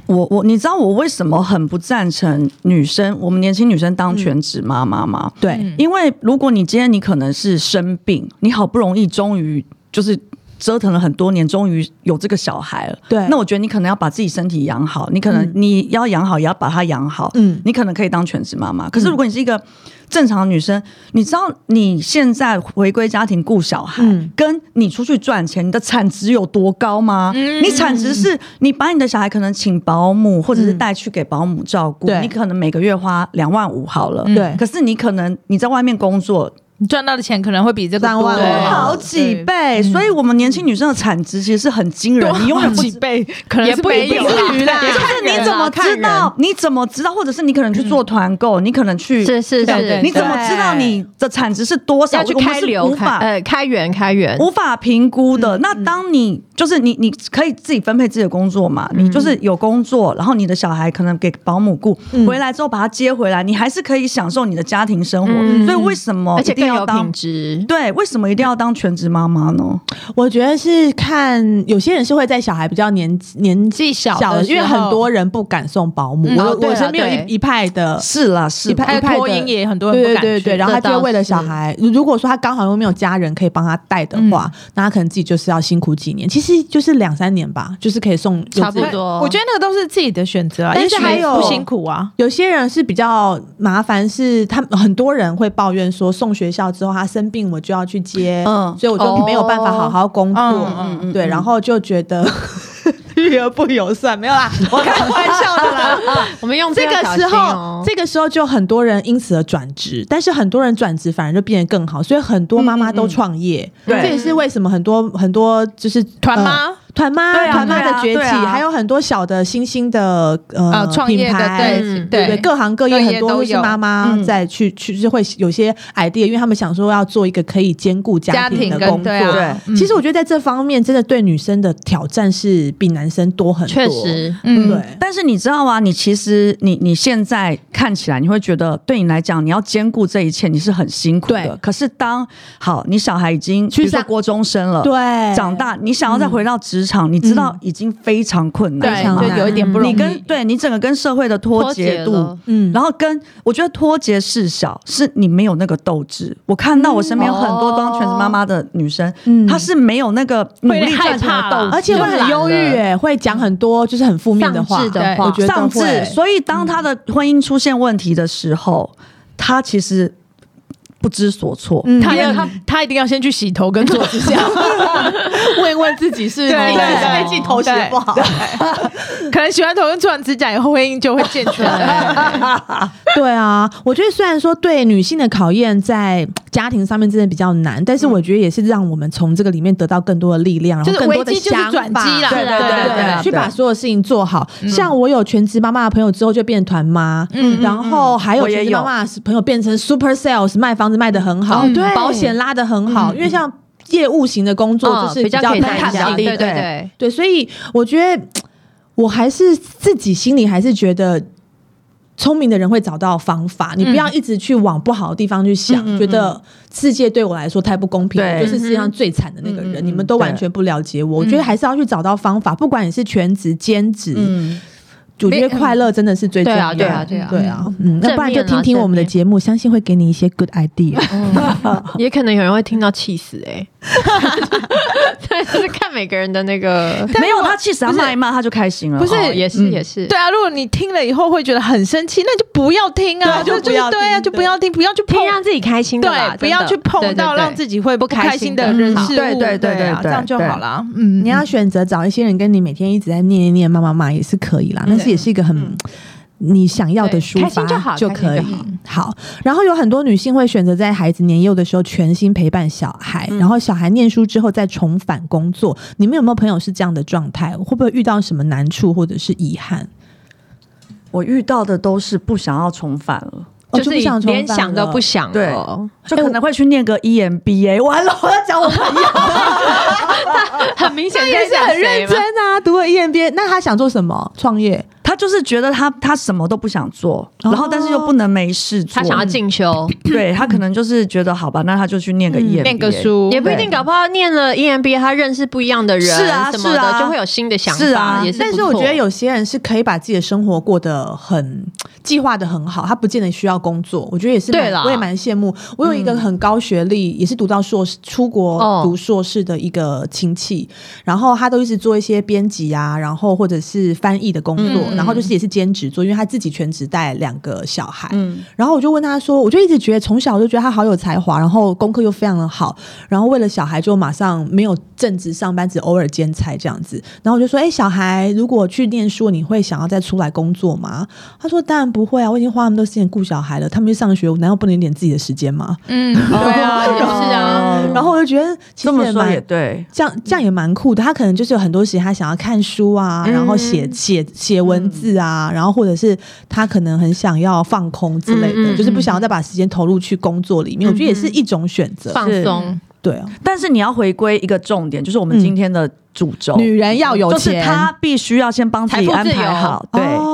[SPEAKER 3] 我我你知道我为什么很不赞成女生我们年轻女生当全职妈妈吗？
[SPEAKER 1] 对，
[SPEAKER 3] 因为如果你今天你可能是生病，你好不容易终于就是。折腾了很多年，终于有这个小孩了。
[SPEAKER 1] 对
[SPEAKER 3] 那我觉得你可能要把自己身体养好，你可能你要养好，也要把它养好。
[SPEAKER 1] 嗯
[SPEAKER 3] 你可能可以当全职妈妈。可是如果你是一个正常的女生，你知道你现在回归家庭顾小孩，
[SPEAKER 1] 嗯
[SPEAKER 3] 跟你出去赚钱，你的产值有多高吗？
[SPEAKER 1] 嗯
[SPEAKER 3] 你产值是你把你的小孩可能请保姆，或者是带去给保姆照顾，
[SPEAKER 1] 嗯对
[SPEAKER 3] 你可能每个月花两万五好了。
[SPEAKER 1] 对
[SPEAKER 3] 可是你可能你在外面工作
[SPEAKER 4] 你赚到的钱可能会比这个
[SPEAKER 1] 三万
[SPEAKER 4] 多
[SPEAKER 1] 对
[SPEAKER 3] 好几倍，所以
[SPEAKER 4] 嗯
[SPEAKER 3] 我们年轻女生的产值其实是很惊人，你永远不知。
[SPEAKER 4] 倍，可能
[SPEAKER 2] 也
[SPEAKER 4] 是
[SPEAKER 2] 不
[SPEAKER 4] 没
[SPEAKER 2] 一
[SPEAKER 4] 有
[SPEAKER 2] 定
[SPEAKER 4] 啦
[SPEAKER 2] 啦
[SPEAKER 4] 对
[SPEAKER 3] 就是你
[SPEAKER 4] 看人
[SPEAKER 3] 怎
[SPEAKER 4] 啦
[SPEAKER 3] 么知道？你怎么知道？或者是你可能去做团购，你可能去，
[SPEAKER 2] 是是
[SPEAKER 4] 对
[SPEAKER 2] 是，
[SPEAKER 4] 对
[SPEAKER 3] 你怎么知道你的产值是多少？
[SPEAKER 2] 要去
[SPEAKER 3] 我们
[SPEAKER 2] 开
[SPEAKER 3] 是
[SPEAKER 2] 流嗯
[SPEAKER 3] 无
[SPEAKER 2] 开
[SPEAKER 3] 法
[SPEAKER 2] 呃开源开源？
[SPEAKER 3] 无法评估的。那当你就是你，你可以自己分配自己的工作嘛，
[SPEAKER 2] 嗯
[SPEAKER 3] 你就是有工作，然后你的小孩可能给保姆雇，
[SPEAKER 2] 嗯
[SPEAKER 3] 回来之后把他接回来，你还是可以享受你的家庭生活。所以为什么
[SPEAKER 2] 嗯而
[SPEAKER 3] 一
[SPEAKER 2] 且
[SPEAKER 3] 定
[SPEAKER 2] 更
[SPEAKER 3] 要
[SPEAKER 2] 有
[SPEAKER 3] 当
[SPEAKER 2] 品？质。
[SPEAKER 3] 对，为什么一定要当全职妈妈呢？
[SPEAKER 1] 我觉得是看有些人是会在小孩比较年年
[SPEAKER 4] 纪小的
[SPEAKER 1] 小的，因为
[SPEAKER 4] 时候
[SPEAKER 1] 很多人不敢送保姆。
[SPEAKER 2] 嗯
[SPEAKER 1] 我、
[SPEAKER 2] 哦对
[SPEAKER 1] 我
[SPEAKER 2] 啦
[SPEAKER 1] 身边有
[SPEAKER 2] 对
[SPEAKER 1] 一一派的。
[SPEAKER 3] 是啦，是
[SPEAKER 1] 一派
[SPEAKER 4] 还
[SPEAKER 1] 一
[SPEAKER 4] 有
[SPEAKER 1] 派
[SPEAKER 4] 托
[SPEAKER 1] 的
[SPEAKER 4] 婴也很多人
[SPEAKER 1] 对对
[SPEAKER 4] 不敢
[SPEAKER 1] 对
[SPEAKER 4] 去嗯
[SPEAKER 1] 对，然后他
[SPEAKER 2] 这
[SPEAKER 1] 就
[SPEAKER 2] 倒
[SPEAKER 1] 为了
[SPEAKER 2] 是
[SPEAKER 1] 小孩，如果说他刚好又没有家人可以帮他带的话，
[SPEAKER 4] 嗯
[SPEAKER 1] 那他可能自己就是要辛苦几年，其实就是两三年吧，就是可以送
[SPEAKER 2] 差不
[SPEAKER 1] 幼稚园
[SPEAKER 2] 多
[SPEAKER 4] 我觉得那个都是自己的选择啊，
[SPEAKER 1] 但
[SPEAKER 4] 也
[SPEAKER 1] 是
[SPEAKER 4] 许
[SPEAKER 1] 还有
[SPEAKER 4] 不辛苦啊。
[SPEAKER 1] 有些人是比较麻烦，是他们很多人会抱怨说，送学校之后他生病，我就要去接，
[SPEAKER 3] 嗯
[SPEAKER 1] 所以我就没有办法好好工作，
[SPEAKER 4] 哦嗯
[SPEAKER 1] 对，然后就觉得 育儿不友善，没有啦，我开玩笑的啦。
[SPEAKER 2] 我们用
[SPEAKER 1] 这
[SPEAKER 2] 要
[SPEAKER 1] 个
[SPEAKER 2] 小
[SPEAKER 1] 时
[SPEAKER 2] 心
[SPEAKER 1] 候，
[SPEAKER 2] 哦
[SPEAKER 1] 这个时候就很多人因此而转职，但是很多人转职反而就变得更好，所以很多妈妈都创业，
[SPEAKER 3] 嗯对
[SPEAKER 1] 这也是为什么很多很多就是
[SPEAKER 4] 团妈
[SPEAKER 1] 呃团妈、
[SPEAKER 3] 对啊
[SPEAKER 1] 团妈
[SPEAKER 3] 对啊
[SPEAKER 1] 的崛起，
[SPEAKER 3] 对啊
[SPEAKER 1] 还有很多小的新兴的呃
[SPEAKER 4] 啊，创业
[SPEAKER 1] 品
[SPEAKER 4] 的
[SPEAKER 1] 牌
[SPEAKER 4] 对
[SPEAKER 2] 嗯
[SPEAKER 1] 对对，各行各业很多
[SPEAKER 4] 各
[SPEAKER 1] 都
[SPEAKER 4] 业都
[SPEAKER 1] 是
[SPEAKER 4] 有
[SPEAKER 1] 妈妈
[SPEAKER 4] 嗯
[SPEAKER 1] 在去去就会有些 idea，因为他们想说要做一个可以兼顾家
[SPEAKER 4] 家
[SPEAKER 1] 庭
[SPEAKER 4] 庭
[SPEAKER 1] 的
[SPEAKER 4] 跟
[SPEAKER 1] 工作。
[SPEAKER 4] 对啊
[SPEAKER 3] 对
[SPEAKER 1] 其实我觉得在这方面，真的对女生的挑战是比男生多很多。
[SPEAKER 2] 确，实，
[SPEAKER 4] 嗯
[SPEAKER 1] 对
[SPEAKER 3] 但是你知道吗？啊你其实你你现在看起来，你会觉得对你来讲，你要兼顾这一切，你是很辛苦的
[SPEAKER 1] 对。
[SPEAKER 3] 可是当好，你小孩已经
[SPEAKER 1] 去
[SPEAKER 3] 去
[SPEAKER 1] 上
[SPEAKER 3] 上国中生了，
[SPEAKER 1] 对，
[SPEAKER 3] 长大，你想要再回到职场，你知道已经非常困难，
[SPEAKER 1] 非常
[SPEAKER 4] 对，就有一点不容易。
[SPEAKER 3] 你跟对你整个跟社会的脱节
[SPEAKER 2] 脱节
[SPEAKER 3] 度
[SPEAKER 2] 了，
[SPEAKER 1] 嗯
[SPEAKER 3] 然后跟我觉得脱节事小，是你没有那个斗志。我看到我身边有很多当全职妈妈的女生，
[SPEAKER 1] 嗯
[SPEAKER 3] 她是没有那个努力赚钱的斗
[SPEAKER 4] 会害怕啦
[SPEAKER 3] 志，
[SPEAKER 1] 而且会很忧郁、欸，会讲很多就是很负面的话，
[SPEAKER 2] 丧志的
[SPEAKER 1] 对我觉得
[SPEAKER 3] 上
[SPEAKER 1] 会
[SPEAKER 3] 至，所以当她的婚姻出现问题的时候，她其实。不知所措。
[SPEAKER 1] 嗯
[SPEAKER 4] 他要他他一定要先去洗头跟做指甲，
[SPEAKER 1] 问问自己是
[SPEAKER 4] 对
[SPEAKER 1] 哪一
[SPEAKER 4] 对
[SPEAKER 1] 次被
[SPEAKER 4] 对
[SPEAKER 1] 自己头
[SPEAKER 4] 对
[SPEAKER 1] 衔不好，
[SPEAKER 4] 可能洗完头跟做完指甲以后，婚姻就会健全。
[SPEAKER 1] 对啊，我觉得虽然说对女性的考验在家庭上面真的比较难，但是我觉得也是让我们从这个里面得到更多的力量，
[SPEAKER 4] 就
[SPEAKER 1] 然
[SPEAKER 4] 是
[SPEAKER 1] 后更多的
[SPEAKER 4] 危机就是
[SPEAKER 1] 想法，
[SPEAKER 4] 转机啦
[SPEAKER 1] 对对
[SPEAKER 4] 对
[SPEAKER 1] 对
[SPEAKER 4] 对
[SPEAKER 1] 对，
[SPEAKER 4] 对
[SPEAKER 1] 去把所有事情做好。像我有全职妈妈的朋友之后就变团妈，嗯，然后还有
[SPEAKER 3] 我也
[SPEAKER 1] 全职妈
[SPEAKER 3] 有
[SPEAKER 1] 妈的朋友变成 super sales，卖房子卖的很好，
[SPEAKER 2] 嗯对
[SPEAKER 1] 保险拉的很好，因为像业务型的工作就是
[SPEAKER 2] 哦比较可以
[SPEAKER 1] 难
[SPEAKER 2] 谈
[SPEAKER 1] 看
[SPEAKER 2] 一下，
[SPEAKER 1] 性
[SPEAKER 2] 对
[SPEAKER 3] 对
[SPEAKER 2] 对对。
[SPEAKER 1] 对，所以我觉得我还是自己心里还是觉得。聪明的人会找到方法，
[SPEAKER 2] 嗯
[SPEAKER 1] 你不要一直去往不好的地方去想，觉得世界对我来说太不公平，我
[SPEAKER 3] 对
[SPEAKER 1] 就是世界上最惨的那
[SPEAKER 2] 嗯
[SPEAKER 1] 个人，你们都完全不了解我。我觉得还是要去找到方法，不管你是全职、兼职，
[SPEAKER 3] 嗯，
[SPEAKER 1] 我觉得快乐真的是最重要的。
[SPEAKER 2] 对啊对啊对啊
[SPEAKER 1] 对啊，嗯，那不然就
[SPEAKER 2] 正面啊
[SPEAKER 1] 听听我们的
[SPEAKER 2] 正面
[SPEAKER 1] 节目，相信会给你一些 good idea。
[SPEAKER 2] 也可能有人会听到气死哎、欸， 对，就是看每个人的那 个，
[SPEAKER 3] 没有他气死他骂一骂他就开心了。
[SPEAKER 4] 不是
[SPEAKER 2] 哦也
[SPEAKER 1] 嗯
[SPEAKER 2] 是也是，
[SPEAKER 4] 对啊，如果你听了以后会觉得很生气，那就不要听啊，
[SPEAKER 1] 对
[SPEAKER 4] 就
[SPEAKER 1] 就不
[SPEAKER 4] 是
[SPEAKER 1] 要听
[SPEAKER 4] 对啊，
[SPEAKER 1] 对
[SPEAKER 4] 就不要听，不啊要去碰
[SPEAKER 2] 听，让自己开心的啦
[SPEAKER 4] 对，不要去碰到让自
[SPEAKER 2] 己
[SPEAKER 4] 己会不开心的
[SPEAKER 2] 不开心的
[SPEAKER 4] 人
[SPEAKER 2] 嗯
[SPEAKER 4] 事物，
[SPEAKER 3] 对对对
[SPEAKER 4] 啊
[SPEAKER 3] 对对
[SPEAKER 4] 这样就
[SPEAKER 3] 对
[SPEAKER 4] 好啦。嗯，
[SPEAKER 1] 你要选择找一些人跟你每天一直在念一念、骂骂骂也是可以啦，但是也是一个很。你想要的抒
[SPEAKER 2] 嗯对开心就
[SPEAKER 1] 发
[SPEAKER 2] 好
[SPEAKER 1] 可以
[SPEAKER 2] 开心就好，
[SPEAKER 1] 好。然后有很多女性会选择在孩子年幼的时候全心陪伴小孩，
[SPEAKER 2] 嗯
[SPEAKER 1] 然后小孩念书之后再重返工作。你们有没有朋友是这样的状态？会不会遇到什么难处或者是遗憾？
[SPEAKER 3] 我遇到的都是不想要重返了，
[SPEAKER 1] 哦
[SPEAKER 2] 就是
[SPEAKER 1] 不想重
[SPEAKER 2] 连
[SPEAKER 1] 返
[SPEAKER 2] 想都
[SPEAKER 1] 了
[SPEAKER 2] 不想
[SPEAKER 3] 对
[SPEAKER 2] 了，
[SPEAKER 3] 就可能会去念个 E EMBA。完了，我要讲我朋友，
[SPEAKER 2] 很明显
[SPEAKER 1] 也是 很认真啊，读了 EMBA，那他想做什么？创业？
[SPEAKER 3] 他就是觉得他他什么都不想做，
[SPEAKER 1] 哦
[SPEAKER 3] 然后但是又不能没事做。
[SPEAKER 2] 他想要进修，
[SPEAKER 3] 对他可能就是觉得好吧，那他就去念个
[SPEAKER 2] 嗯
[SPEAKER 3] EMBA，
[SPEAKER 4] 念个书
[SPEAKER 2] 也不一定，搞不好念了 EMBA，他认识不一样的人，
[SPEAKER 3] 是啊
[SPEAKER 2] 什么
[SPEAKER 3] 是
[SPEAKER 2] 的、
[SPEAKER 3] 啊
[SPEAKER 2] 就会有新的想法，
[SPEAKER 3] 是啊
[SPEAKER 2] 也是不
[SPEAKER 1] 但
[SPEAKER 2] 错。
[SPEAKER 1] 是我觉得有些人是可以把自己的生活过得很计划的很好，他不见得需要工作。我觉得也是蛮，
[SPEAKER 2] 对啦嗯
[SPEAKER 1] 我也蛮羡慕。我有一个很高学历，也是读到硕士，出国
[SPEAKER 2] 哦
[SPEAKER 1] 读硕士的一个亲戚，然后他都一直做一些编辑啊，然后或者是翻译的工作，
[SPEAKER 2] 嗯
[SPEAKER 1] 然后就是也是兼职做，因为他自己全职带两个小孩。
[SPEAKER 3] 嗯，
[SPEAKER 1] 然后我就问他说，我就一直觉得从小我就觉得他好有才华，然后功课又非常的好，然后为了小孩就马上没有正职上班，只偶尔兼差这样子。然后我就说，哎、小孩如果去念书，你会想要再出来工作吗？他说，当然不会啊，我已经花那么多时间顾小孩了，他们去上学，我难道不能有点自己的时间吗？
[SPEAKER 4] 嗯， 对啊，也是啊，
[SPEAKER 3] 哦
[SPEAKER 1] 然后我就觉得其
[SPEAKER 3] 这
[SPEAKER 1] 实
[SPEAKER 3] 么
[SPEAKER 1] 也
[SPEAKER 3] 说也
[SPEAKER 1] 蛮。
[SPEAKER 3] 对，
[SPEAKER 1] 这样这样也蛮酷的，他可能就是有很多时间他想要看书啊，然后写写写文字啊，然后或者是他可能很想要放空之类的，
[SPEAKER 2] 嗯嗯
[SPEAKER 1] 就是不想要再把时间投入去工作里面。我觉得也是一种选择，
[SPEAKER 2] 放松，
[SPEAKER 1] 对啊，
[SPEAKER 3] 但是你要回归一个重点，就是我们今天的主轴，
[SPEAKER 1] 嗯女人要有
[SPEAKER 3] 就是
[SPEAKER 1] 钱，
[SPEAKER 3] 她必须要先帮自己安排好，对。
[SPEAKER 1] 哦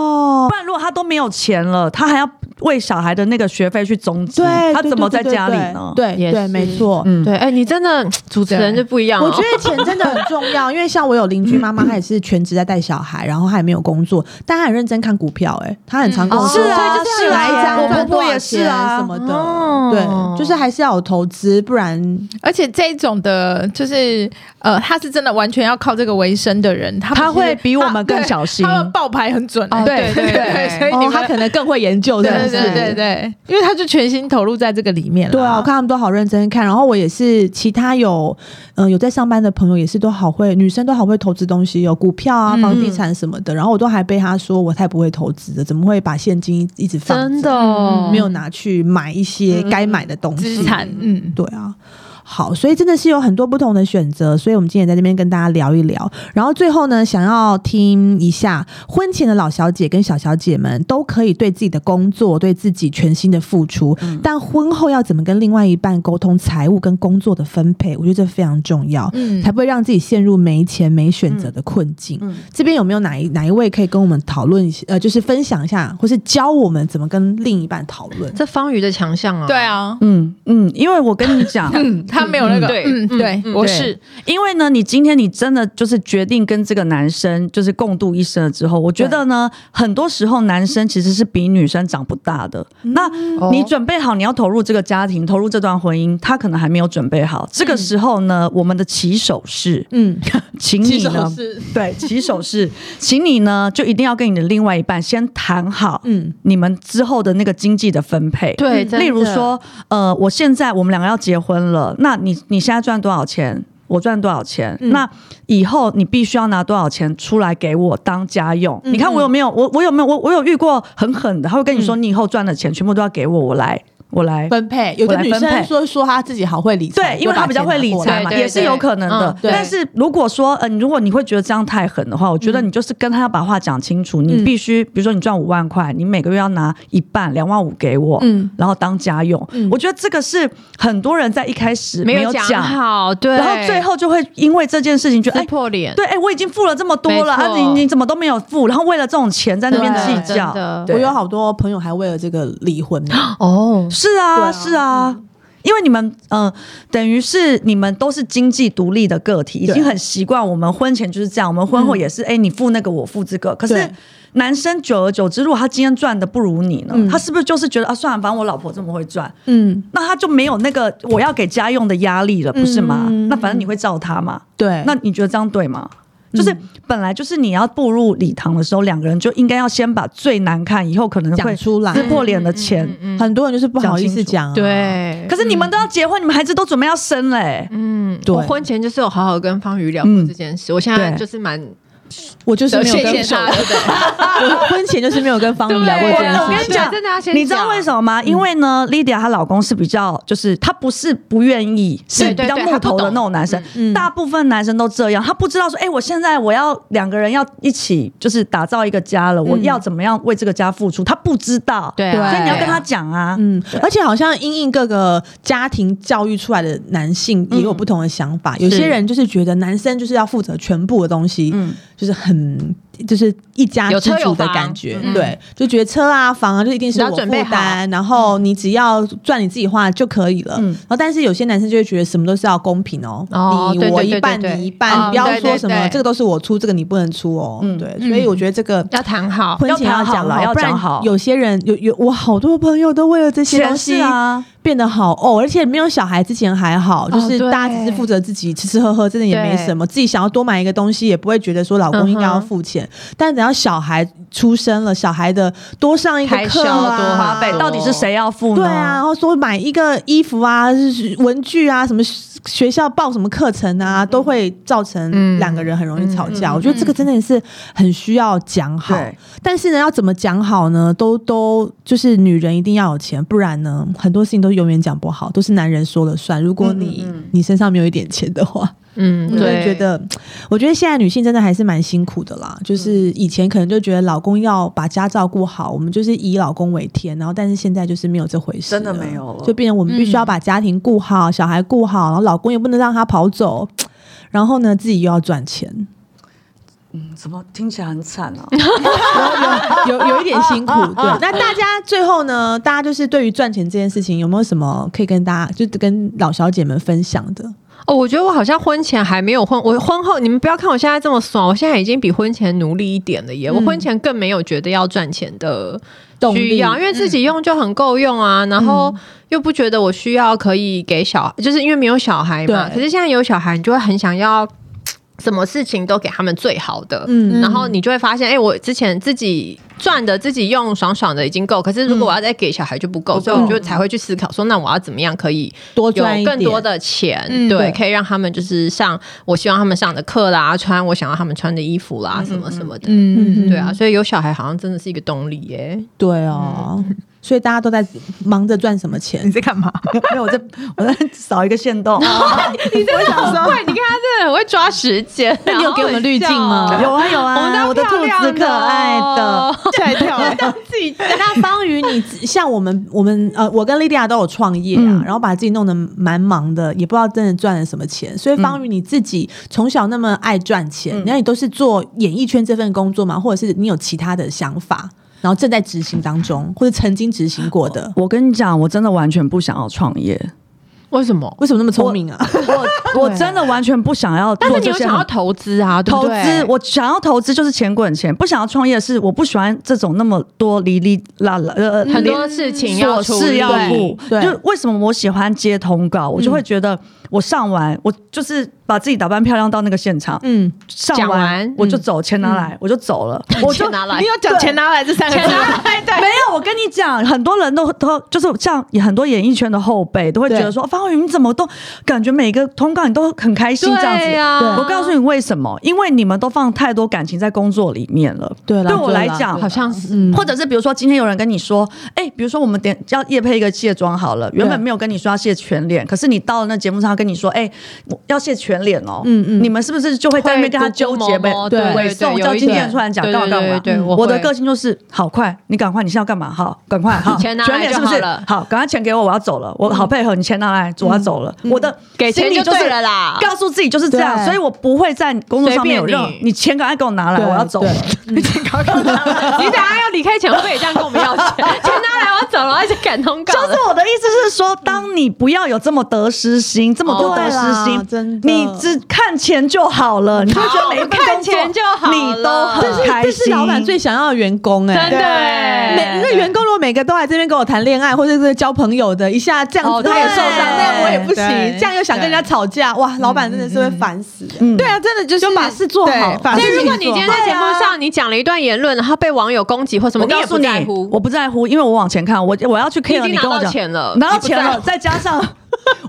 [SPEAKER 3] 不，然，如果她都没有钱了，她还要为小孩的那个学费去终止，
[SPEAKER 1] 对，
[SPEAKER 3] 嗯她
[SPEAKER 1] 对
[SPEAKER 3] 怎么在
[SPEAKER 1] 对对
[SPEAKER 3] 家里
[SPEAKER 1] 对
[SPEAKER 3] 呢？
[SPEAKER 1] 对
[SPEAKER 2] 也
[SPEAKER 1] 对，
[SPEAKER 2] 是
[SPEAKER 1] 没错，
[SPEAKER 3] 嗯
[SPEAKER 2] 对，哎、你真的主持人就不一样、哦，
[SPEAKER 1] 我觉得钱真的很重要，因为像我有邻
[SPEAKER 3] 嗯
[SPEAKER 1] 居妈妈，她也是全职在带小孩，然后她也没有工作，但她很认真看股票、欸，哎，她很常跟我
[SPEAKER 2] 哦
[SPEAKER 1] 说，
[SPEAKER 2] 是啊
[SPEAKER 1] 所以就是是
[SPEAKER 2] 啊
[SPEAKER 1] 来一张
[SPEAKER 2] 我
[SPEAKER 1] 赚
[SPEAKER 3] 婆婆
[SPEAKER 1] 多少
[SPEAKER 3] 也
[SPEAKER 1] 钱
[SPEAKER 3] 是啊
[SPEAKER 1] 什么的，
[SPEAKER 2] 哦
[SPEAKER 1] 对，就是还是要有投资，不然
[SPEAKER 4] 而且这种的，就是呃，他是真的完全要靠这个为生的人，他
[SPEAKER 3] 他
[SPEAKER 4] 他
[SPEAKER 3] 会比我们更小心
[SPEAKER 4] 他们爆牌很准，
[SPEAKER 2] 哦
[SPEAKER 4] 对
[SPEAKER 2] 对对
[SPEAKER 4] 对，所以你
[SPEAKER 1] 哦，她
[SPEAKER 4] 们
[SPEAKER 1] 可能更会研究，
[SPEAKER 4] 对
[SPEAKER 1] 是不
[SPEAKER 4] 对
[SPEAKER 1] 是
[SPEAKER 4] 对对对，因为他就全心投入在这个里面了，
[SPEAKER 1] 对啊，我看他们都好认真看，然后我也是，其他有，呃，有在上班的朋友也是都好会，女生都好会投资东西，有股票啊、
[SPEAKER 4] 嗯
[SPEAKER 1] 房地产什么的，然后我都还被他说我太不会投资了，怎么会把现金一直放着
[SPEAKER 2] 真的、哦
[SPEAKER 1] 没有拿去买一些该买的东西？
[SPEAKER 4] 资产，嗯，
[SPEAKER 1] 对啊。好，所以真的是有很多不同的选择，所以我们今天也在这边跟大家聊一聊。然后最后呢，想要听一下婚前的老小姐跟小小姐们都可以对自己的工作、对自己全心的付出，
[SPEAKER 3] 嗯
[SPEAKER 1] 但婚后要怎么跟另外一半沟通财务跟工作的分配，我觉得这非常重要，
[SPEAKER 4] 嗯
[SPEAKER 1] 才不会让自己陷入没钱没选择的困境。
[SPEAKER 3] 嗯嗯
[SPEAKER 1] 这边有没有哪一哪一位可以跟我们讨论一下，呃，就是分享一下，或是教我们怎么跟另一半讨论？
[SPEAKER 2] 这方宇的强项啊，
[SPEAKER 4] 对，啊，
[SPEAKER 3] 嗯嗯，因为我跟你讲，
[SPEAKER 4] 嗯，他没有那个，
[SPEAKER 2] 对
[SPEAKER 4] 嗯，对，
[SPEAKER 2] 嗯
[SPEAKER 4] 我
[SPEAKER 3] 对
[SPEAKER 4] 是，
[SPEAKER 3] 因为呢，你今天你真的就是决定跟这个男生就是共度一生了之后，我觉得呢，很多时候男生其实是比女生长不大的。那你准备好你要投入这个家庭，投入这段婚姻，他可能还没有准备好。这个时候呢，我们的起手式，
[SPEAKER 1] 嗯，
[SPEAKER 3] 请你呢，
[SPEAKER 4] 是
[SPEAKER 3] 对，起手式， 请你呢就一定要跟你的另外一半先谈好，
[SPEAKER 1] 嗯
[SPEAKER 3] 嗯，你们之后的那个经济的分配，
[SPEAKER 2] 对真的
[SPEAKER 3] 嗯例如说，呃，我现在我们两个要结婚了，那你你现在赚多少钱？我赚多少钱？
[SPEAKER 2] 嗯
[SPEAKER 3] 那以后你必须要拿多少钱出来给我当家用？
[SPEAKER 2] 嗯
[SPEAKER 3] 你看我有没有？我我有没有？我我有遇过很狠的，他会跟你
[SPEAKER 2] 嗯
[SPEAKER 3] 说，你以后赚的钱全部都要给我，我来，我来。
[SPEAKER 1] 分配有的女
[SPEAKER 3] 我来分
[SPEAKER 1] 生
[SPEAKER 3] 配
[SPEAKER 1] 说说她自己好会理财，
[SPEAKER 3] 对，因为
[SPEAKER 1] 就把
[SPEAKER 3] 他比较
[SPEAKER 1] 钱
[SPEAKER 3] 会
[SPEAKER 1] 拿
[SPEAKER 3] 理
[SPEAKER 1] 过来
[SPEAKER 3] 财嘛，
[SPEAKER 2] 对对
[SPEAKER 3] 也是有可能的
[SPEAKER 2] 嗯。对
[SPEAKER 3] 但是如果说，嗯、如果你会觉得这样太狠的话，我
[SPEAKER 2] 嗯
[SPEAKER 3] 觉得你就是跟他要把话讲清楚。你必须，比如说你赚五万块，你每个月要拿一半两万五给我，
[SPEAKER 1] 嗯
[SPEAKER 3] 然后当家用。我觉得这个是很多人在一开始
[SPEAKER 2] 嗯没
[SPEAKER 3] 有
[SPEAKER 2] 有讲好，对，
[SPEAKER 3] 然后最后就会因为这件事情觉得，
[SPEAKER 2] 撕
[SPEAKER 3] 哎，
[SPEAKER 2] 破脸，
[SPEAKER 3] 对，哎，我已经付了这么多了，
[SPEAKER 2] 没
[SPEAKER 3] 啊，
[SPEAKER 2] 错
[SPEAKER 3] 你你怎么都没有付？然后为了这种钱在那边
[SPEAKER 1] 对
[SPEAKER 3] 计较
[SPEAKER 2] 真，的
[SPEAKER 3] 对
[SPEAKER 1] 我有好多朋友还为了这个离婚呢，
[SPEAKER 2] 哦，
[SPEAKER 3] 是
[SPEAKER 1] 对
[SPEAKER 3] 啊，
[SPEAKER 1] 啊
[SPEAKER 3] 是啊。因为你们，嗯、等于是你们都是经济独立的个体，已
[SPEAKER 1] 对嗯
[SPEAKER 3] 经很习惯我们婚前就是这样，我们婚后也是，哎、你付那个，我付这个。可是
[SPEAKER 1] 对
[SPEAKER 3] 男生久而久之，如果他今天赚的不如你呢，
[SPEAKER 1] 嗯
[SPEAKER 3] 他是不是就是觉得啊，算了，反正我老婆这么会赚，
[SPEAKER 1] 嗯，
[SPEAKER 3] 那他就没有那个我要给家用的压力了，不是吗？
[SPEAKER 1] 嗯
[SPEAKER 3] 那反正你会照他嘛，
[SPEAKER 1] 对，
[SPEAKER 3] 那你觉得这样对吗？
[SPEAKER 1] 嗯
[SPEAKER 3] 就是本来就是你要步入礼堂的时候，两个人就应该要先把最难看，以后可能
[SPEAKER 1] 讲
[SPEAKER 3] 会
[SPEAKER 1] 出来
[SPEAKER 3] 撕破脸的钱，
[SPEAKER 2] 嗯
[SPEAKER 1] 很多人就是不好意
[SPEAKER 3] 讲清
[SPEAKER 1] 思
[SPEAKER 3] 楚
[SPEAKER 1] 讲啊，
[SPEAKER 2] 对，
[SPEAKER 3] 可是你们都要结婚，你们孩子都准备要生了、欸，
[SPEAKER 2] 嗯，
[SPEAKER 1] 对
[SPEAKER 2] 我婚前就是有好好跟方瑜聊过这件事，我现在
[SPEAKER 3] 对
[SPEAKER 2] 就是蛮
[SPEAKER 1] 我就是没有
[SPEAKER 2] 谢
[SPEAKER 1] 跟
[SPEAKER 2] 谢他，
[SPEAKER 1] 我婚前就是没有跟方宇聊过这件
[SPEAKER 2] 对啊
[SPEAKER 3] 我
[SPEAKER 1] 事
[SPEAKER 3] 跟
[SPEAKER 1] 情。
[SPEAKER 3] 你讲
[SPEAKER 2] 对真的要先讲啊
[SPEAKER 3] 你知道为什么吗？因为呢，Lydia 她老公是比较，就是他不是不愿意，是
[SPEAKER 2] 对对
[SPEAKER 3] 比较
[SPEAKER 2] 对
[SPEAKER 3] 木
[SPEAKER 2] 他不
[SPEAKER 3] 头的
[SPEAKER 2] 懂
[SPEAKER 3] 那种男生。
[SPEAKER 1] 嗯
[SPEAKER 3] 大部分男生都这样，他不知道说，哎、我现在我要两个人要一起，就是打造一个家了，我要怎么样为这个家付出，他不知道。
[SPEAKER 2] 嗯对
[SPEAKER 1] 对
[SPEAKER 2] 啊，
[SPEAKER 3] 所以你要跟他讲啊。
[SPEAKER 1] 嗯，而且好像因应各个家庭教育出来的男性也有不同的想法，有些人就是觉得男生就是要负责全部的东西，
[SPEAKER 3] 嗯
[SPEAKER 1] 就是很就是一家之主的感觉
[SPEAKER 2] 有车有，房嗯
[SPEAKER 1] 对，就觉得车啊房啊就一定是我负
[SPEAKER 2] 你要准备好嗯
[SPEAKER 1] 担，然后你只要赚你自己花就可以了。
[SPEAKER 3] 嗯
[SPEAKER 1] 然后但是有些男生就会觉得什么都是要公平哦，
[SPEAKER 2] 哦
[SPEAKER 1] 你
[SPEAKER 2] 对对
[SPEAKER 1] 我
[SPEAKER 2] 对
[SPEAKER 1] 一
[SPEAKER 2] 对
[SPEAKER 1] 半
[SPEAKER 2] 对
[SPEAKER 1] 你一半，
[SPEAKER 2] 嗯
[SPEAKER 1] 不要
[SPEAKER 2] 对
[SPEAKER 1] 说
[SPEAKER 2] 对
[SPEAKER 1] 什么
[SPEAKER 2] 对
[SPEAKER 1] 这个都是我出，这个你不能出哦，
[SPEAKER 3] 嗯
[SPEAKER 1] 对，所以我觉得这个
[SPEAKER 2] 要谈好，
[SPEAKER 1] 婚前
[SPEAKER 3] 要
[SPEAKER 1] 要
[SPEAKER 3] 谈好
[SPEAKER 1] 讲
[SPEAKER 3] 啦
[SPEAKER 1] 好，
[SPEAKER 3] 要
[SPEAKER 1] 不然
[SPEAKER 3] 讲好
[SPEAKER 1] 有些人有有，我好多朋友都为了这些东
[SPEAKER 3] 全是
[SPEAKER 1] 西
[SPEAKER 3] 啊，
[SPEAKER 1] 变得好哦，而且没有小孩之前还好，就是
[SPEAKER 2] 哦对
[SPEAKER 1] 大家只是负责自己吃吃喝喝，真的也没什么。自己想要多买一个东西，也不会觉得说老公应该
[SPEAKER 2] 嗯
[SPEAKER 1] 要付钱。但等到小孩出生了，小孩的多上一个
[SPEAKER 2] 开销
[SPEAKER 1] 课啊，
[SPEAKER 2] 多
[SPEAKER 3] 花费到底是谁要付呢？
[SPEAKER 1] 对啊，然后说买一个衣服啊、是文具啊，什么学校报什么课程啊，都会造成
[SPEAKER 2] 嗯
[SPEAKER 1] 两个人很容易吵架。
[SPEAKER 2] 嗯嗯
[SPEAKER 1] 我觉得这个真的是很需要讲好
[SPEAKER 3] 对，
[SPEAKER 1] 但是呢，要怎么讲好呢？都都就是女人一定要有钱，不然呢，很多事情都永远讲不好，都是男人说了算。如果你你身上没有一点钱的话，
[SPEAKER 2] 嗯，
[SPEAKER 1] 我就会
[SPEAKER 2] 对，
[SPEAKER 1] 觉得，我觉得现在女性真的还是蛮辛苦的啦。
[SPEAKER 3] 嗯
[SPEAKER 1] 就是以前可能就觉得老公要把家照顾好，我们就是以老公为天，然后但是现在就是没有这回事，
[SPEAKER 3] 真的没有了
[SPEAKER 1] 就变成我们必须
[SPEAKER 2] 嗯
[SPEAKER 1] 要把家庭顾好，小孩顾好，然后老公也不能让他跑走，然后呢自己又要赚钱，
[SPEAKER 3] 嗯怎么听起来很惨 啊？
[SPEAKER 1] 有有一点辛 苦。对，那大家最后呢，大家就是对于赚钱这件事情有没有什么可以跟大家，就跟老小姐们分享的？
[SPEAKER 2] 哦，我觉得我好像婚前还没有婚，我婚后你们不要看我现在这么爽，我现在已经比婚前努力一点了耶。我婚前更没有觉得要赚钱的
[SPEAKER 1] 动
[SPEAKER 2] 需
[SPEAKER 1] 力
[SPEAKER 2] 要，因为自己用就很够用啊，然后又不觉得我需要可以给小，就是因为没有小孩嘛。
[SPEAKER 1] 对
[SPEAKER 2] 可是现在有小孩，你就会很想要。什么事情都给他们最好的，
[SPEAKER 1] 嗯
[SPEAKER 2] 嗯，然后你就会发现，哎、我之前自己赚的、自己用爽爽的已经够，可是如果我要再给小孩就不够，所以我就才会去思考说，那我要怎么样可以
[SPEAKER 1] 多
[SPEAKER 2] 有
[SPEAKER 1] 赚一
[SPEAKER 2] 更多
[SPEAKER 1] 点
[SPEAKER 2] 的钱，
[SPEAKER 1] 嗯对
[SPEAKER 2] 对，可以让他们就是上我希望他们上的课啦，穿我想要他们穿的衣服啦，什么什么的。
[SPEAKER 1] 嗯
[SPEAKER 2] 对啊，所以有小孩好像真的是一个动力耶。
[SPEAKER 1] 对哦，
[SPEAKER 3] 嗯
[SPEAKER 1] 所以大家都在忙着赚什么钱。
[SPEAKER 4] 在干 嘛？
[SPEAKER 3] 没有，我在我 在扫一个线 洞。
[SPEAKER 2] 你真的很会，你看他真的很会抓时间。
[SPEAKER 1] 那你有给我们滤镜吗
[SPEAKER 3] 有啊有啊，
[SPEAKER 2] 我们都要
[SPEAKER 3] 我的
[SPEAKER 2] 漂
[SPEAKER 3] 兔
[SPEAKER 2] 亮
[SPEAKER 3] 子可爱的
[SPEAKER 2] 哦，
[SPEAKER 4] 吓一跳，
[SPEAKER 2] 自己
[SPEAKER 1] 哎那方宇，你像我们，我们呃，我跟莉迪亚都有创业啊，
[SPEAKER 3] 嗯
[SPEAKER 1] 然后把自己弄得蛮忙的，也不知道真的赚了什么钱。所以方宇你自己从小那么爱赚
[SPEAKER 3] 嗯
[SPEAKER 1] 钱，那、你都是做演艺圈这份工作吗？或者是你有其他的想法，然后正在
[SPEAKER 3] 哦
[SPEAKER 1] 执行当中，或者曾经执行过的？
[SPEAKER 3] 我跟你讲，我真的完全不想要创业。
[SPEAKER 2] 为什么？
[SPEAKER 1] 为什么那么聪明啊？
[SPEAKER 3] 我我真的完全不想要
[SPEAKER 2] 但是
[SPEAKER 3] 做
[SPEAKER 2] 你
[SPEAKER 3] 这
[SPEAKER 2] 有
[SPEAKER 3] 些
[SPEAKER 2] 想
[SPEAKER 3] 很
[SPEAKER 2] 要投资啊？对
[SPEAKER 3] 投
[SPEAKER 2] 不
[SPEAKER 3] 资
[SPEAKER 2] 对，
[SPEAKER 3] 我想要投资就是钱滚钱，不想要创业是我不喜欢这种那么多哩哩啦啦呃
[SPEAKER 2] 很多事情要
[SPEAKER 3] 琐
[SPEAKER 2] 处
[SPEAKER 3] 事
[SPEAKER 2] 理
[SPEAKER 3] 要顾。
[SPEAKER 1] 对
[SPEAKER 3] 就为什么我喜欢接通告，我就会觉得我上完我就是把自己打扮漂亮到那个现场，
[SPEAKER 1] 嗯，
[SPEAKER 3] 上
[SPEAKER 2] 讲完
[SPEAKER 3] 我就走，钱拿来我就走 了，我就
[SPEAKER 2] 钱拿来
[SPEAKER 4] 你，有讲钱拿来这三个字吗，
[SPEAKER 3] 没有，我跟你讲，很多人都都就是像很多演艺圈的后辈都会觉得说，方宇你怎么都感觉每个通告你都很开心这样子。
[SPEAKER 2] 对
[SPEAKER 1] 啊
[SPEAKER 2] 呀对
[SPEAKER 3] 我告诉你为什么，因为你们都放太多感情在工作里面了。
[SPEAKER 1] 对啦
[SPEAKER 3] 对我
[SPEAKER 1] 对啦
[SPEAKER 3] 来讲，
[SPEAKER 2] 好像是
[SPEAKER 1] 嗯
[SPEAKER 3] 或者是比如说，今天有人跟你说，哎、比如说我们点要夜配一个卸妆好了，原本
[SPEAKER 1] 对
[SPEAKER 3] 没有跟你说要卸全脸，可是你到了那节目上，他跟你说，哎、我要卸全脸哦，
[SPEAKER 1] 嗯嗯
[SPEAKER 3] 你们是不是就会在那边跟他纠结呗？
[SPEAKER 2] 对
[SPEAKER 1] 对
[SPEAKER 3] 尾送叫经纪人出来讲干嘛干嘛？
[SPEAKER 2] 对，
[SPEAKER 3] 我的个
[SPEAKER 2] 个
[SPEAKER 3] 性就是好快，你赶快，你现在要干嘛？好，赶快，好，
[SPEAKER 2] 钱拿来
[SPEAKER 3] 全脸
[SPEAKER 2] 就是
[SPEAKER 3] 不是
[SPEAKER 2] 好了？嗯
[SPEAKER 3] 好，赶快钱给我，我要走了，我好配合，你钱拿来，我要走了。我的
[SPEAKER 2] 给钱
[SPEAKER 3] 心里
[SPEAKER 2] 就
[SPEAKER 3] 就是
[SPEAKER 2] 对了啦
[SPEAKER 3] 告诉自己就是这样，
[SPEAKER 1] 对
[SPEAKER 3] 所以我不会在工作上面有任
[SPEAKER 2] 随便你
[SPEAKER 3] 你钱赶快给我拿来，
[SPEAKER 1] 对
[SPEAKER 3] 我要走了。
[SPEAKER 2] 你等下要离开前，会不会也这样跟我们要钱？钱拿来，我走了，而且赶通告
[SPEAKER 3] 就
[SPEAKER 2] 了
[SPEAKER 3] 是我的意思是说，当你不要有这么得失
[SPEAKER 2] 嗯
[SPEAKER 3] 心，这么多得失
[SPEAKER 1] 哦对啦
[SPEAKER 3] 心，
[SPEAKER 1] 真的
[SPEAKER 3] 你只看钱就好了，你就觉得每一份
[SPEAKER 2] 看
[SPEAKER 3] 工作
[SPEAKER 2] 钱就好
[SPEAKER 3] 你都
[SPEAKER 2] 了
[SPEAKER 1] 这
[SPEAKER 3] 很
[SPEAKER 1] 是
[SPEAKER 3] 开
[SPEAKER 1] 这
[SPEAKER 3] 心。
[SPEAKER 1] 是老板最想要的员工哎、
[SPEAKER 2] 啊真的
[SPEAKER 1] 每
[SPEAKER 2] 欸，
[SPEAKER 1] 那员工如果每个都来这边跟我谈恋爱，或者是交朋友的，一下这样
[SPEAKER 2] 哦
[SPEAKER 1] 子他也受
[SPEAKER 2] 对
[SPEAKER 1] 伤，那我也不行
[SPEAKER 4] 对，
[SPEAKER 1] 这样又想跟人家吵架，哇，老板真的是会烦死的。
[SPEAKER 3] 嗯
[SPEAKER 1] 对啊，真的就是
[SPEAKER 4] 就把事做好
[SPEAKER 1] 对把
[SPEAKER 2] 所以
[SPEAKER 1] 事
[SPEAKER 2] 如
[SPEAKER 1] 情
[SPEAKER 2] 果你今
[SPEAKER 1] 做
[SPEAKER 2] 天
[SPEAKER 1] 好
[SPEAKER 2] 在节目上你讲了一段言论，然后被网友攻击或什么，
[SPEAKER 3] 我告
[SPEAKER 2] 也
[SPEAKER 3] 诉
[SPEAKER 2] 不
[SPEAKER 3] 你
[SPEAKER 2] 在乎，，
[SPEAKER 3] 我不在乎，因为我往前看，我我要去
[SPEAKER 2] 你已
[SPEAKER 3] care
[SPEAKER 2] 经
[SPEAKER 3] 你
[SPEAKER 2] 拿
[SPEAKER 3] 跟我
[SPEAKER 2] 到
[SPEAKER 3] 讲，
[SPEAKER 2] 钱了，
[SPEAKER 3] 拿到
[SPEAKER 2] 你不
[SPEAKER 3] 钱
[SPEAKER 2] 在
[SPEAKER 3] 了，
[SPEAKER 2] 乎，
[SPEAKER 3] 再加上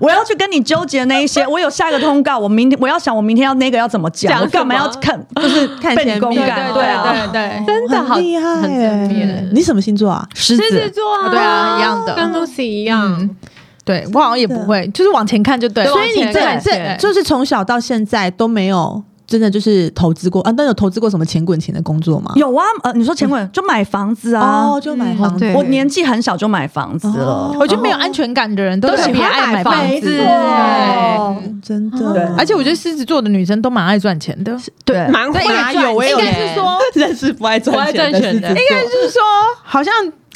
[SPEAKER 3] 我要去跟你纠结那一些，我有下个通告，我明天我要想我明天要那个要怎么
[SPEAKER 2] 讲
[SPEAKER 3] 讲，我干嘛
[SPEAKER 2] 什
[SPEAKER 3] 要
[SPEAKER 2] 么
[SPEAKER 3] 看就是
[SPEAKER 1] 看
[SPEAKER 3] 被
[SPEAKER 1] 前面
[SPEAKER 3] 你公
[SPEAKER 1] 对
[SPEAKER 3] 干，
[SPEAKER 2] 对
[SPEAKER 3] 对啊，
[SPEAKER 4] 对对对，
[SPEAKER 2] 真的好
[SPEAKER 1] 很厉害
[SPEAKER 2] 很
[SPEAKER 1] 欸
[SPEAKER 2] 正面
[SPEAKER 1] 你什么星座啊？
[SPEAKER 3] 狮
[SPEAKER 2] 狮子
[SPEAKER 3] 子。
[SPEAKER 2] 座啊，
[SPEAKER 4] 对啊一样的
[SPEAKER 2] 跟 Lucy 一样，
[SPEAKER 4] 对我好像也不会，就是往前看就对
[SPEAKER 2] 对
[SPEAKER 4] 了。
[SPEAKER 1] 所以你这
[SPEAKER 2] 往前
[SPEAKER 1] 这
[SPEAKER 4] 看
[SPEAKER 1] 就是从小到现在都没有真的就是投资过啊？那有投资过什么钱滚钱的工作吗？
[SPEAKER 3] 有啊，呃，你说钱滚就买房子啊
[SPEAKER 1] 哦，，就买
[SPEAKER 2] 嗯
[SPEAKER 1] 房子
[SPEAKER 4] 对
[SPEAKER 3] 我年纪很小就买房子了
[SPEAKER 1] 哦，
[SPEAKER 4] 我觉得没有安全感的人都
[SPEAKER 2] 都
[SPEAKER 4] 特
[SPEAKER 2] 喜
[SPEAKER 4] 别
[SPEAKER 2] 欢
[SPEAKER 4] 爱
[SPEAKER 2] 买
[SPEAKER 4] 买
[SPEAKER 2] 房
[SPEAKER 4] 房
[SPEAKER 2] 子
[SPEAKER 4] 子，
[SPEAKER 3] 哦
[SPEAKER 1] 真
[SPEAKER 3] 对
[SPEAKER 1] 的，
[SPEAKER 4] 而且我觉得狮子座的女生都蛮爱赚钱的，
[SPEAKER 3] 对
[SPEAKER 2] 蛮会
[SPEAKER 1] 哪有我也
[SPEAKER 2] 应
[SPEAKER 1] 有
[SPEAKER 2] 该是说，
[SPEAKER 1] 认识不爱
[SPEAKER 2] 不爱赚钱
[SPEAKER 1] 狮子
[SPEAKER 2] 的
[SPEAKER 1] 座
[SPEAKER 2] 应
[SPEAKER 4] 应该就是说好像。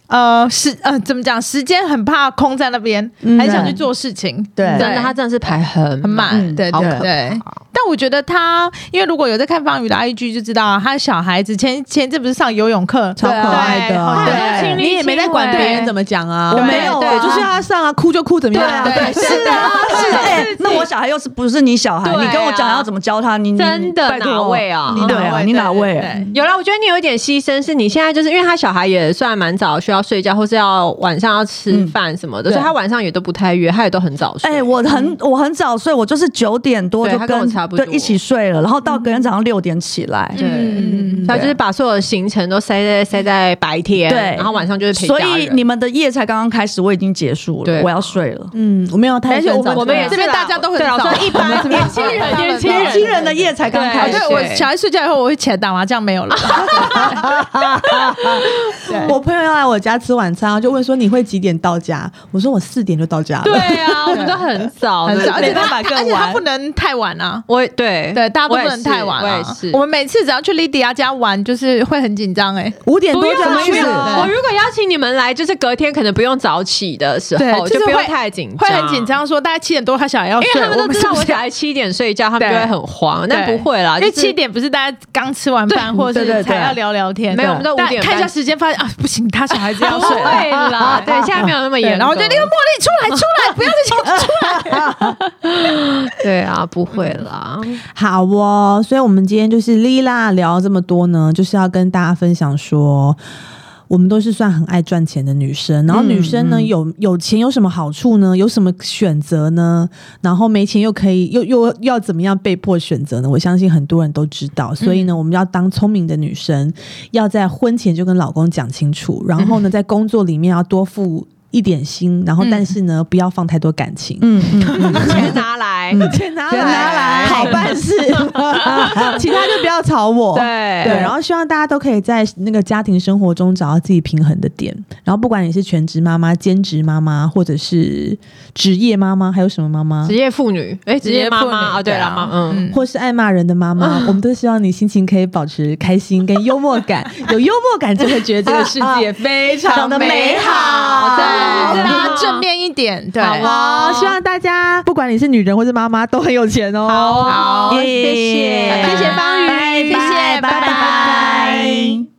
[SPEAKER 4] 呃，时呃，怎么讲？时间很怕空在那边，
[SPEAKER 1] 嗯
[SPEAKER 4] 很想去做事情。
[SPEAKER 3] 对
[SPEAKER 2] 真的，他真的是排很
[SPEAKER 4] 很满，
[SPEAKER 3] 嗯
[SPEAKER 4] 对
[SPEAKER 2] 好可
[SPEAKER 4] 对对。但我觉得他，因为如果有在看方宇的 IG 就知道，他小孩子前前阵不是上游泳课，
[SPEAKER 1] 超可爱的
[SPEAKER 4] 对
[SPEAKER 2] 对
[SPEAKER 4] 好像
[SPEAKER 2] 亲力
[SPEAKER 1] 你也没在管别人怎么讲啊，
[SPEAKER 3] 对
[SPEAKER 1] 我没有
[SPEAKER 3] 对
[SPEAKER 1] 啊，就是要他上啊，哭就哭，怎么样啊？
[SPEAKER 2] 对对
[SPEAKER 1] 是啊，
[SPEAKER 2] 哦
[SPEAKER 3] 是哎，那我小孩又是不是你小孩？
[SPEAKER 2] 对啊
[SPEAKER 3] 你跟我讲要怎么教他，你你
[SPEAKER 2] 真的
[SPEAKER 3] 拜托
[SPEAKER 2] 哪位啊
[SPEAKER 3] 你哪位？
[SPEAKER 4] 哪位
[SPEAKER 3] 你哪
[SPEAKER 4] 对对
[SPEAKER 3] 位
[SPEAKER 4] 对？
[SPEAKER 2] 有了，我觉得你有一点牺牲，是你现在就是因为他小孩也算蛮早，需要睡觉，或是要晚上要吃饭什么的，
[SPEAKER 3] 嗯
[SPEAKER 2] 所以他晚上也都不太约，他也都很早睡。嗯
[SPEAKER 3] 哎、我很我很早睡，我就是九点多
[SPEAKER 2] 对
[SPEAKER 3] 就
[SPEAKER 2] 他
[SPEAKER 3] 跟
[SPEAKER 2] 跟我差不多
[SPEAKER 3] 对一起睡了，然后到隔天早上六点起来。
[SPEAKER 2] 对，
[SPEAKER 4] 嗯
[SPEAKER 2] 他就是把所有的行程都塞在塞在白天，
[SPEAKER 3] 对
[SPEAKER 2] 然后晚上就是陪
[SPEAKER 3] 所
[SPEAKER 2] 家人
[SPEAKER 3] 以你们的夜才刚刚开始，我已经结束了
[SPEAKER 2] 对，
[SPEAKER 3] 我要睡了。
[SPEAKER 1] 嗯，我没有太
[SPEAKER 2] 而且
[SPEAKER 1] 早
[SPEAKER 2] 我
[SPEAKER 1] 上班，
[SPEAKER 2] 们我们也是
[SPEAKER 4] 这边
[SPEAKER 2] 啦
[SPEAKER 4] 大家都很
[SPEAKER 2] 对啦
[SPEAKER 4] 早
[SPEAKER 2] 我说一般年轻人，年轻人，
[SPEAKER 3] 年轻人的夜才刚开
[SPEAKER 4] 哦，
[SPEAKER 3] 始
[SPEAKER 2] 对，
[SPEAKER 4] 对我小孩睡觉以后，我会起来打麻将，没有了。
[SPEAKER 1] 我朋友要来我家吃晚餐啊，就问说你会几点到家？我说我四点就到家了。
[SPEAKER 2] 对啊，我们都 很早，
[SPEAKER 4] 很早，而
[SPEAKER 2] 哦对
[SPEAKER 4] 且
[SPEAKER 1] 没办
[SPEAKER 4] 他
[SPEAKER 1] 法更
[SPEAKER 4] 而且他
[SPEAKER 1] 晚
[SPEAKER 4] 不能太晚啊。
[SPEAKER 2] 我对
[SPEAKER 4] 对，大家都不
[SPEAKER 2] 我也
[SPEAKER 4] 能
[SPEAKER 2] 是
[SPEAKER 4] 太晚
[SPEAKER 2] 我也
[SPEAKER 4] 啊
[SPEAKER 2] 是，
[SPEAKER 4] 我们每次只要去 Lydia 家玩，就是会很紧张哎。
[SPEAKER 1] 五点多
[SPEAKER 2] 不
[SPEAKER 1] 就
[SPEAKER 2] 用
[SPEAKER 1] 要去
[SPEAKER 2] 不用
[SPEAKER 1] 了。
[SPEAKER 2] 啊我如果邀请你们来，就是隔天可能不用早起的时
[SPEAKER 4] 对，
[SPEAKER 2] 候，
[SPEAKER 4] 就
[SPEAKER 2] 不
[SPEAKER 4] 是
[SPEAKER 2] 用
[SPEAKER 4] 会
[SPEAKER 2] 太紧张，
[SPEAKER 4] 会很紧。张，说大概七点多他小孩要
[SPEAKER 2] 因
[SPEAKER 4] 睡，
[SPEAKER 2] 为他们都
[SPEAKER 4] 们
[SPEAKER 2] 知道
[SPEAKER 4] 是不
[SPEAKER 2] 我
[SPEAKER 4] 是
[SPEAKER 2] 小孩七点睡觉，他们就
[SPEAKER 4] 对
[SPEAKER 2] 会很慌，
[SPEAKER 4] 对
[SPEAKER 2] 但不会啦，
[SPEAKER 4] 因为
[SPEAKER 2] 就是
[SPEAKER 4] 七点不是大家刚吃完饭，或者
[SPEAKER 3] 对对
[SPEAKER 4] 是
[SPEAKER 3] 对
[SPEAKER 4] 才要聊聊天，
[SPEAKER 2] 没有我们都
[SPEAKER 4] 但
[SPEAKER 2] 五点半
[SPEAKER 4] 看一下时间，发现啊不行，他小孩子要
[SPEAKER 2] 不
[SPEAKER 4] 睡了。
[SPEAKER 2] 会啦， 对，现在没有那么
[SPEAKER 4] 对
[SPEAKER 2] 严格。
[SPEAKER 4] 然后 我就那个茉莉出来出来，不要再去出 来。
[SPEAKER 2] 对啊，不会啦。
[SPEAKER 1] 好哦，所以我们今天就是 Lila 聊这么多呢，就是要跟大家分享说。我们都是算很爱赚钱的女生，然后女生呢、有有钱有什么好处呢？有什么选择呢？然后没钱又可以又又要怎么样被迫选择呢？我相信很多人都知道，所以呢，我们要当聪明的女生，要在婚前就跟老公讲清楚，然后呢，在工作里面要多付一点心，然后但是呢，不要放太多感情。
[SPEAKER 3] 嗯嗯，
[SPEAKER 2] 钱拿来，来，
[SPEAKER 1] 钱拿
[SPEAKER 4] 钱拿
[SPEAKER 1] 来，
[SPEAKER 4] 来
[SPEAKER 1] 好办事，其他就不要吵我。
[SPEAKER 2] 对
[SPEAKER 1] 对，然后希望大家都可以在那个家庭生活中找到自己平衡的点。然后，不管你是全职妈妈、兼职妈妈，或者是职业妈妈，还有什么妈妈
[SPEAKER 2] 职，业妇女，哎，职业妈妈啊，对了，妈，嗯，
[SPEAKER 1] 或是爱骂人的妈妈，我们都希望你心情可以保持开心跟幽默感。有幽默感，就会觉得这个世界非常的美好。
[SPEAKER 4] 哦
[SPEAKER 1] 对
[SPEAKER 4] 对，大家正面一点，对，
[SPEAKER 2] 好
[SPEAKER 1] 好哦，希望大家不管你是女人或是妈妈，都很有钱哦。
[SPEAKER 2] 好，
[SPEAKER 3] 耶
[SPEAKER 2] 谢谢，
[SPEAKER 4] 谢谢方宇
[SPEAKER 3] 拜
[SPEAKER 4] 谢
[SPEAKER 3] 拜
[SPEAKER 4] 谢拜
[SPEAKER 3] 拜
[SPEAKER 4] 拜
[SPEAKER 3] 拜